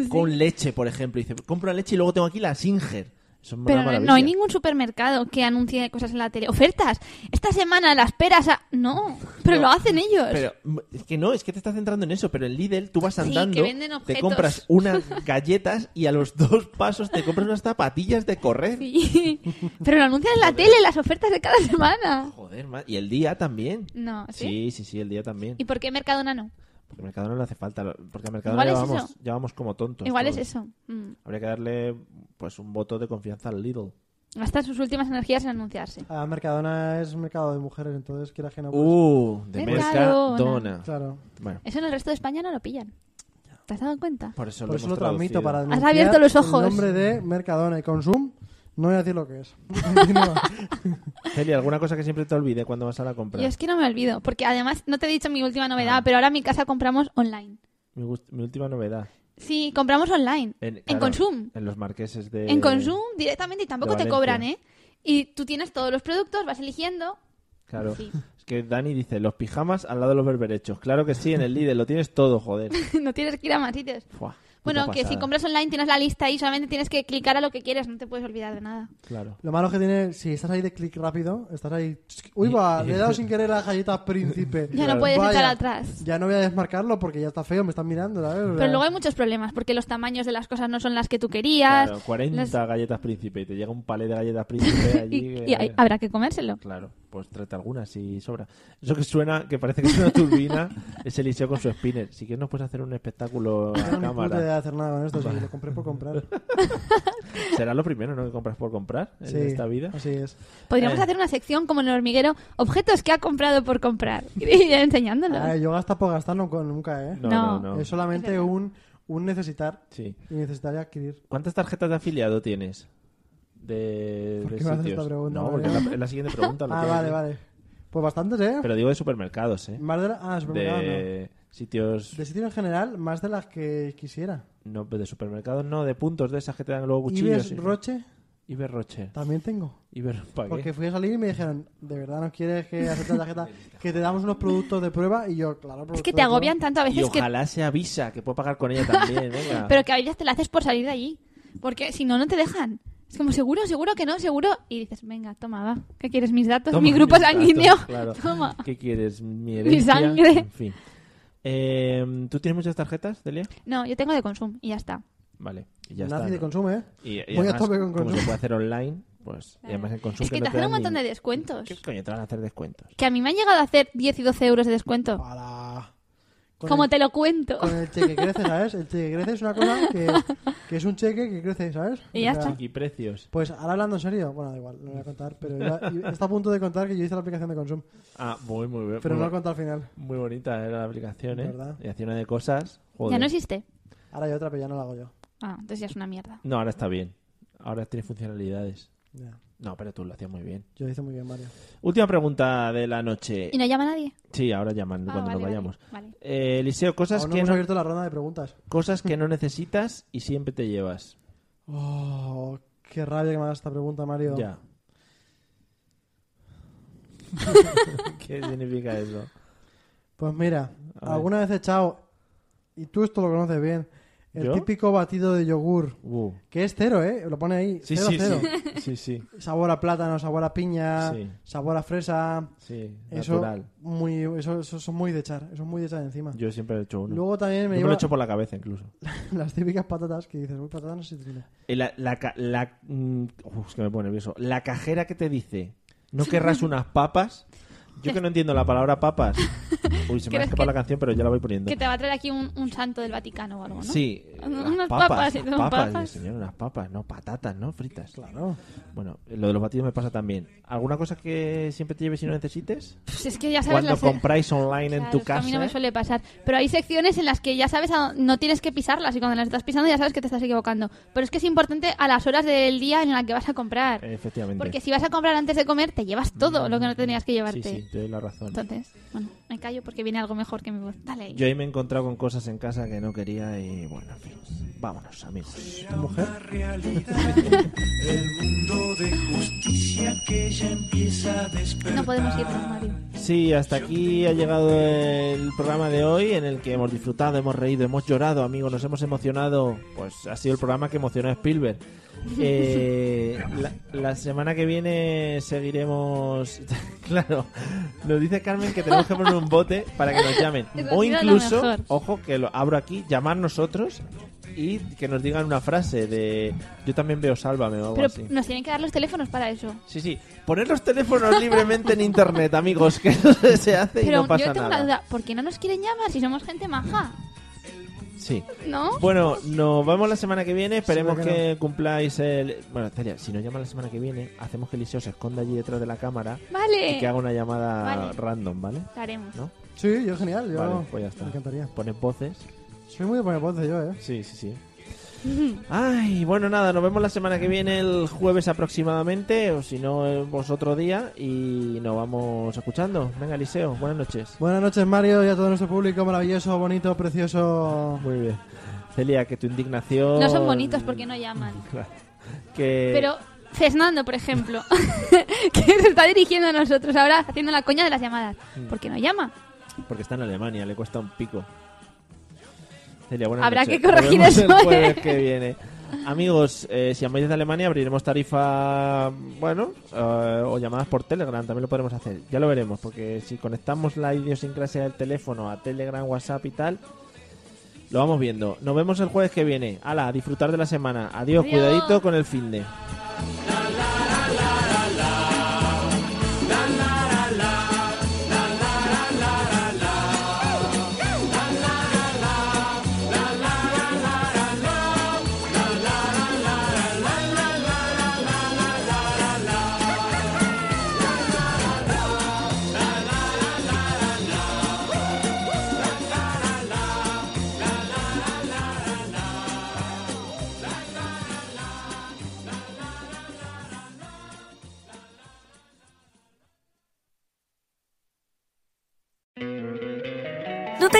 Speaker 1: con leche, por ejemplo. Y dice, compro la leche y luego tengo aquí la Singer. Eso es una
Speaker 3: Pero no-
Speaker 1: maravilla.
Speaker 3: no hay ningún supermercado que anuncie cosas en la tele. Ofertas. Esta semana las peras a... No, pero lo hacen ellos.
Speaker 1: Pero mm, es que no, es que te estás centrando en eso, pero en Lidl tú vas
Speaker 3: Sí,
Speaker 1: andando,
Speaker 3: que venden
Speaker 1: te
Speaker 3: objetos.
Speaker 1: compras unas galletas y a los dos pasos te compras unas zapatillas de correr.
Speaker 3: Sí. Pero lo anuncian en la tele, las ofertas de cada semana.
Speaker 1: Joder, ma- y el día también.
Speaker 3: No, ¿Ah,
Speaker 1: Sí,
Speaker 3: ¿sí?
Speaker 1: sí, sí, el día también.
Speaker 3: ¿Y por qué Mercadona no?
Speaker 1: Porque a Mercadona no hace falta, lo- porque a Mercadona
Speaker 3: Igual es
Speaker 1: llevamos,
Speaker 3: eso.
Speaker 1: llevamos como tontos.
Speaker 3: Igual es
Speaker 1: todos.
Speaker 3: eso. Mm.
Speaker 1: Habría que darle pues un voto de confianza al Lidl.
Speaker 3: Gastan sus últimas energías en anunciarse.
Speaker 2: Ah, Mercadona es un mercado de mujeres, entonces quiera que no. pues,
Speaker 1: Uh, de
Speaker 3: Mercadona.
Speaker 1: Mercadona.
Speaker 2: Claro.
Speaker 1: Bueno,
Speaker 3: Eso en el resto de España no lo pillan. ¿Te has dado cuenta?
Speaker 1: por eso
Speaker 2: Por
Speaker 1: lo
Speaker 2: eso
Speaker 1: hemos
Speaker 2: lo transmito
Speaker 1: traducido.
Speaker 2: para denunciar
Speaker 3: abierto los ojos.
Speaker 2: El nombre de Mercadona y Consum. No voy a decir lo que es.
Speaker 1: Celia, alguna cosa que siempre te olvide cuando vas a la compra.
Speaker 3: Yo es que no me olvido, porque además no te he dicho mi última
Speaker 1: Ah.
Speaker 3: novedad, pero ahora en mi casa compramos online.
Speaker 1: Mi, gust- mi última novedad.
Speaker 3: Sí, compramos online. En,
Speaker 1: claro,
Speaker 3: Consum.
Speaker 1: En los marqueses de...
Speaker 3: En Consum directamente y tampoco
Speaker 1: de
Speaker 3: te
Speaker 1: Valencia.
Speaker 3: cobran, ¿eh? Y tú tienes todos los productos, vas eligiendo.
Speaker 1: Claro.
Speaker 3: Sí.
Speaker 1: Es que Dani dice, los pijamas al lado de los berberechos. Claro que sí, en el líder lo tienes todo, joder.
Speaker 3: no tienes que ir a más sitios.
Speaker 1: Fuah, puta
Speaker 3: Bueno, que si
Speaker 1: pasada.
Speaker 3: compras online tienes la lista ahí, solamente tienes que clicar a lo que quieres, no te puedes olvidar de nada.
Speaker 1: Claro.
Speaker 2: Lo malo que tiene, si estás ahí de clic rápido, estás ahí. Uy, va, le he dado sin querer a la galleta príncipe.
Speaker 3: Ya no puedes
Speaker 2: Vaya,
Speaker 3: entrar atrás.
Speaker 2: Ya no voy a desmarcarlo porque ya está feo, me están mirando, ¿sabes?
Speaker 3: Pero luego hay muchos problemas, porque los tamaños de las cosas no son las que tú querías.
Speaker 1: Claro, 40
Speaker 3: las-
Speaker 1: galletas príncipe y te llega un palé de galletas príncipe allí.
Speaker 3: y,
Speaker 1: que-
Speaker 3: y hay- habrá que comérselo.
Speaker 1: Claro, pues trata alguna si sobra. Eso que suena, que parece que es una turbina, es Eliseo con su spinner. Si quieres nos puedes hacer un espectáculo
Speaker 2: No
Speaker 1: a
Speaker 2: tengo ni puta idea
Speaker 1: cámara.
Speaker 2: de hacer nada con esto, sí, lo compré por comprar.
Speaker 1: Será lo primero, ¿no? Que compras por comprar en
Speaker 2: Sí,
Speaker 1: esta vida.
Speaker 2: Así es.
Speaker 3: Podríamos
Speaker 1: Eh.
Speaker 3: hacer una sección como en el hormiguero, objetos que ha comprado por comprar. Y enseñándolos.
Speaker 2: Ah, yo gasta por gastar no, con- nunca, ¿eh?
Speaker 1: No, no,
Speaker 3: No.
Speaker 1: no.
Speaker 2: Es solamente un, un necesitar
Speaker 1: Sí.
Speaker 2: y necesitar y adquirir.
Speaker 1: ¿Cuántas tarjetas de afiliado tienes? De,
Speaker 2: ¿Por
Speaker 1: de
Speaker 2: qué me haces
Speaker 1: sitios.
Speaker 2: esta pregunta,
Speaker 1: no, porque
Speaker 2: María?
Speaker 1: es la, es la siguiente pregunta. lo
Speaker 2: Ah,
Speaker 1: que-
Speaker 2: vale, vale. Pues bastantes, ¿eh?
Speaker 1: Pero digo de supermercados, ¿eh?
Speaker 2: Más de la... Ah, supermercado, no.
Speaker 1: De sitios...
Speaker 2: De sitio en general, más de las que quisiera.
Speaker 1: No, de supermercados no, de puntos de esas que te dan luego cuchillos.
Speaker 2: Ibes Roche
Speaker 1: y Roche.
Speaker 2: también tengo.
Speaker 1: Iber... ¿Para qué?
Speaker 2: Porque fui a salir y me dijeron, ¿de verdad no quieres que aceptes la tarjeta? que te damos unos productos de prueba y yo, claro,
Speaker 3: Es que
Speaker 2: productos
Speaker 3: te
Speaker 2: de prueba.
Speaker 3: agobian tanto a
Speaker 1: Y
Speaker 3: veces que...
Speaker 1: ojalá sea Visa, que puedo pagar con ella también, venga.
Speaker 3: Pero que a veces te la haces por salir de allí. Porque si no, no te dejan. Es como seguro, seguro que no, seguro. Y dices, venga, toma, va. ¿Qué quieres? ¿Mis datos?
Speaker 1: Toma,
Speaker 3: ¿Mi grupo
Speaker 1: mis datos,
Speaker 3: sanguíneo?
Speaker 1: claro.
Speaker 3: Toma.
Speaker 1: ¿Qué quieres? ¿Mi herencia?
Speaker 3: sangre.
Speaker 1: En fin. Eh, ¿Tú tienes muchas tarjetas, Delia?
Speaker 3: No, yo tengo de consumo y ya está.
Speaker 1: Vale, y ya
Speaker 2: Nazi
Speaker 1: está.
Speaker 2: de
Speaker 1: ¿no?
Speaker 2: consumo, ¿eh?
Speaker 1: Y, y
Speaker 2: Voy a
Speaker 1: además,
Speaker 2: tope con
Speaker 1: como
Speaker 2: Consum.
Speaker 1: se puede hacer online, pues... Y además en Consum
Speaker 3: Es que
Speaker 1: no
Speaker 3: te hacen un
Speaker 1: dan
Speaker 3: montón
Speaker 1: ni-
Speaker 3: de descuentos.
Speaker 1: ¿Qué coño te van a hacer descuentos?
Speaker 3: Que a mí me han llegado a hacer 10 y 12 euros de
Speaker 1: Ah,
Speaker 3: descuento.
Speaker 2: Para... Con
Speaker 3: Como
Speaker 2: el,
Speaker 3: te lo cuento.
Speaker 2: Con el cheque crece, ¿sabes? El cheque crece es una cosa que, que es un cheque que crece, ¿sabes?
Speaker 3: Y ya
Speaker 2: O sea,
Speaker 3: está.
Speaker 1: Y precios.
Speaker 2: Pues ahora hablando en serio, bueno, da igual, no voy a contar, pero iba- está a punto de contar que yo hice la aplicación de consumo,
Speaker 1: Ah, muy, muy bien.
Speaker 2: pero no
Speaker 1: muy,
Speaker 2: lo he contado al final.
Speaker 1: muy bonita era la aplicación, ¿eh?
Speaker 2: ¿Verdad?
Speaker 1: Y hacía una de cosas... Joder.
Speaker 3: Ya no existe.
Speaker 2: Ahora hay otra, pero ya no la hago yo.
Speaker 3: Ah, entonces ya es una mierda.
Speaker 1: No, ahora está bien. Ahora tiene funcionalidades.
Speaker 2: Ya.
Speaker 1: No, pero tú lo hacías muy bien.
Speaker 2: Yo lo hice muy bien, Mario.
Speaker 1: Última pregunta de la noche.
Speaker 3: ¿Y no llama nadie?
Speaker 1: Sí, ahora llaman
Speaker 3: Ah,
Speaker 1: cuando
Speaker 3: vale,
Speaker 1: nos
Speaker 3: vale,
Speaker 1: vayamos.
Speaker 3: vale.
Speaker 1: Eh, Eliseo, cosas
Speaker 2: Aún no
Speaker 1: que
Speaker 2: hemos
Speaker 1: no,
Speaker 2: abierto la ronda de preguntas.
Speaker 1: cosas que no necesitas y siempre te llevas.
Speaker 2: Oh, qué rabia que me hagas esta pregunta, Mario.
Speaker 1: Ya. ¿Qué significa eso?
Speaker 2: Pues mira,
Speaker 1: A ver.
Speaker 2: alguna vez he echado, y tú esto lo conoces bien, el
Speaker 1: ¿Yo?
Speaker 2: típico batido de yogur,
Speaker 1: Uh.
Speaker 2: que es cero, ¿eh? Lo pone ahí,
Speaker 1: Sí,
Speaker 2: cero,
Speaker 1: sí,
Speaker 2: cero.
Speaker 1: sí, sí, sí,
Speaker 2: Sabor a plátano, sabor a piña,
Speaker 1: Sí.
Speaker 2: sabor a fresa.
Speaker 1: sí,
Speaker 2: Eso,
Speaker 1: natural.
Speaker 2: muy, eso, eso son muy de echar, eso es muy de echar encima.
Speaker 1: Yo siempre he hecho uno.
Speaker 2: Luego también
Speaker 1: Yo
Speaker 2: me
Speaker 1: me
Speaker 2: llevo
Speaker 1: lo he hecho por la cabeza incluso.
Speaker 2: las típicas patatas que dices, uy, patatas no sé si tiene.
Speaker 1: Eh, La, la, ca- la- mm, uf, es que me pone nervioso. La cajera que te dice, no querrás unas papas. Yo que no entiendo la palabra papas. Uy, se me ha
Speaker 3: ¿Crees
Speaker 1: escapado
Speaker 3: que-
Speaker 1: la canción, pero ya la voy poniendo.
Speaker 3: Que te va a traer aquí un, un santo del Vaticano o algo, ¿no?
Speaker 1: Sí,
Speaker 3: Un-
Speaker 1: las
Speaker 3: unas
Speaker 1: papas,
Speaker 3: papas, y
Speaker 1: las
Speaker 3: todo,
Speaker 1: papas,
Speaker 3: papas.
Speaker 1: sí, señor, unas papas, no patatas, no fritas. Claro. Bueno, lo de los batidos me pasa también. ¿Alguna cosa que siempre te lleves y no necesites?
Speaker 3: Pues es que ya sabes
Speaker 1: Cuando
Speaker 3: las...
Speaker 1: compráis online en
Speaker 3: Claro,
Speaker 1: tu ¿eh?
Speaker 3: es que A mí no
Speaker 1: casa.
Speaker 3: me suele pasar. Pero hay secciones en las que ya sabes, a- no tienes que pisarlas y cuando las estás pisando ya sabes que te estás equivocando. Pero es que es importante a las horas del día en la que vas a comprar.
Speaker 1: Efectivamente.
Speaker 3: Porque si vas a comprar antes de comer, te llevas todo lo que no tenías
Speaker 1: Mm,
Speaker 3: que
Speaker 1: sí,
Speaker 3: llevarte.
Speaker 1: sí, te doy la razón.
Speaker 3: Entonces, bueno, me callo porque viene algo mejor que mi voz. Dale. ahí.
Speaker 1: Yo ahí me he encontrado con cosas en casa que no quería y bueno, en fin. Vámonos, amigos.
Speaker 2: ¿Tu mujer?
Speaker 3: No podemos irnos, Mario.
Speaker 1: Sí, hasta aquí ha llegado el programa de hoy en el que hemos disfrutado, hemos reído, hemos llorado, amigos, nos hemos emocionado. Pues ha sido el programa que emocionó a Spielberg. Eh, la, la semana que viene seguiremos. claro, nos dice Carmen que tenemos que poner un bote para que nos llamen.
Speaker 3: Eso
Speaker 1: O
Speaker 3: ha sido lo
Speaker 1: incluso,
Speaker 3: mejor.
Speaker 1: ojo, que lo abro aquí, llamar nosotros y que nos digan una frase de yo también veo sálvame o algo
Speaker 3: Pero
Speaker 1: así.
Speaker 3: nos tienen que dar los teléfonos para eso.
Speaker 1: Sí, sí. Poner los teléfonos libremente en internet, amigos, que eso se hace y
Speaker 3: Pero
Speaker 1: no pasa
Speaker 3: yo tengo
Speaker 1: nada.
Speaker 3: una duda. ¿Por qué no nos quieren llamar si somos gente maja?
Speaker 1: Sí.
Speaker 3: ¿No?
Speaker 1: Bueno, nos vamos la semana que viene. Esperemos
Speaker 2: Seguro
Speaker 1: que,
Speaker 2: que
Speaker 1: cumpláis el. Bueno, Celia, si nos llaman la semana que viene, hacemos que Eliseo se esconda allí detrás de la cámara y
Speaker 3: Vale.
Speaker 1: que haga una llamada
Speaker 3: Eh, Vale.
Speaker 1: random, ¿vale?
Speaker 3: Lo haremos.
Speaker 1: ¿No?
Speaker 2: Sí, yo genial. Yo
Speaker 1: Vale, pues ya está.
Speaker 2: Me encantaría.
Speaker 1: Pones voces.
Speaker 2: Soy muy de poner voz de yo, ¿eh?
Speaker 1: Sí, sí, sí. Ay, bueno, nada, nos vemos la semana que viene, el jueves aproximadamente, o si no, eh, pues otro día, y nos vamos escuchando. Venga, Eliseo, buenas noches.
Speaker 2: Buenas noches, Mario, y a todo nuestro público maravilloso, bonito, precioso.
Speaker 1: Muy bien. Celia, que tu indignación.
Speaker 3: No son bonitos porque no llaman.
Speaker 1: Que...
Speaker 3: Pero Fernando, por ejemplo, que se está dirigiendo a nosotros ahora haciendo la coña de las llamadas. ¿Por qué no llama?
Speaker 1: Porque está en Alemania, le cuesta un pico. Celia, buenas
Speaker 3: Habrá
Speaker 1: noches.
Speaker 3: que corregir
Speaker 1: Nos vemos
Speaker 3: eso,
Speaker 1: El jueves
Speaker 3: ¿eh?
Speaker 1: que viene. Amigos, eh, si amáis desde Alemania abriremos tarifa, bueno, eh, o llamadas por Telegram, también lo podremos hacer. Ya lo veremos, porque si conectamos la idiosincrasia del teléfono a Telegram, WhatsApp y tal, lo vamos viendo. Nos vemos el jueves que viene. Hala, a disfrutar de la semana. Adiós,
Speaker 3: Adiós.
Speaker 1: cuidadito con el fin de.
Speaker 6: ¿No te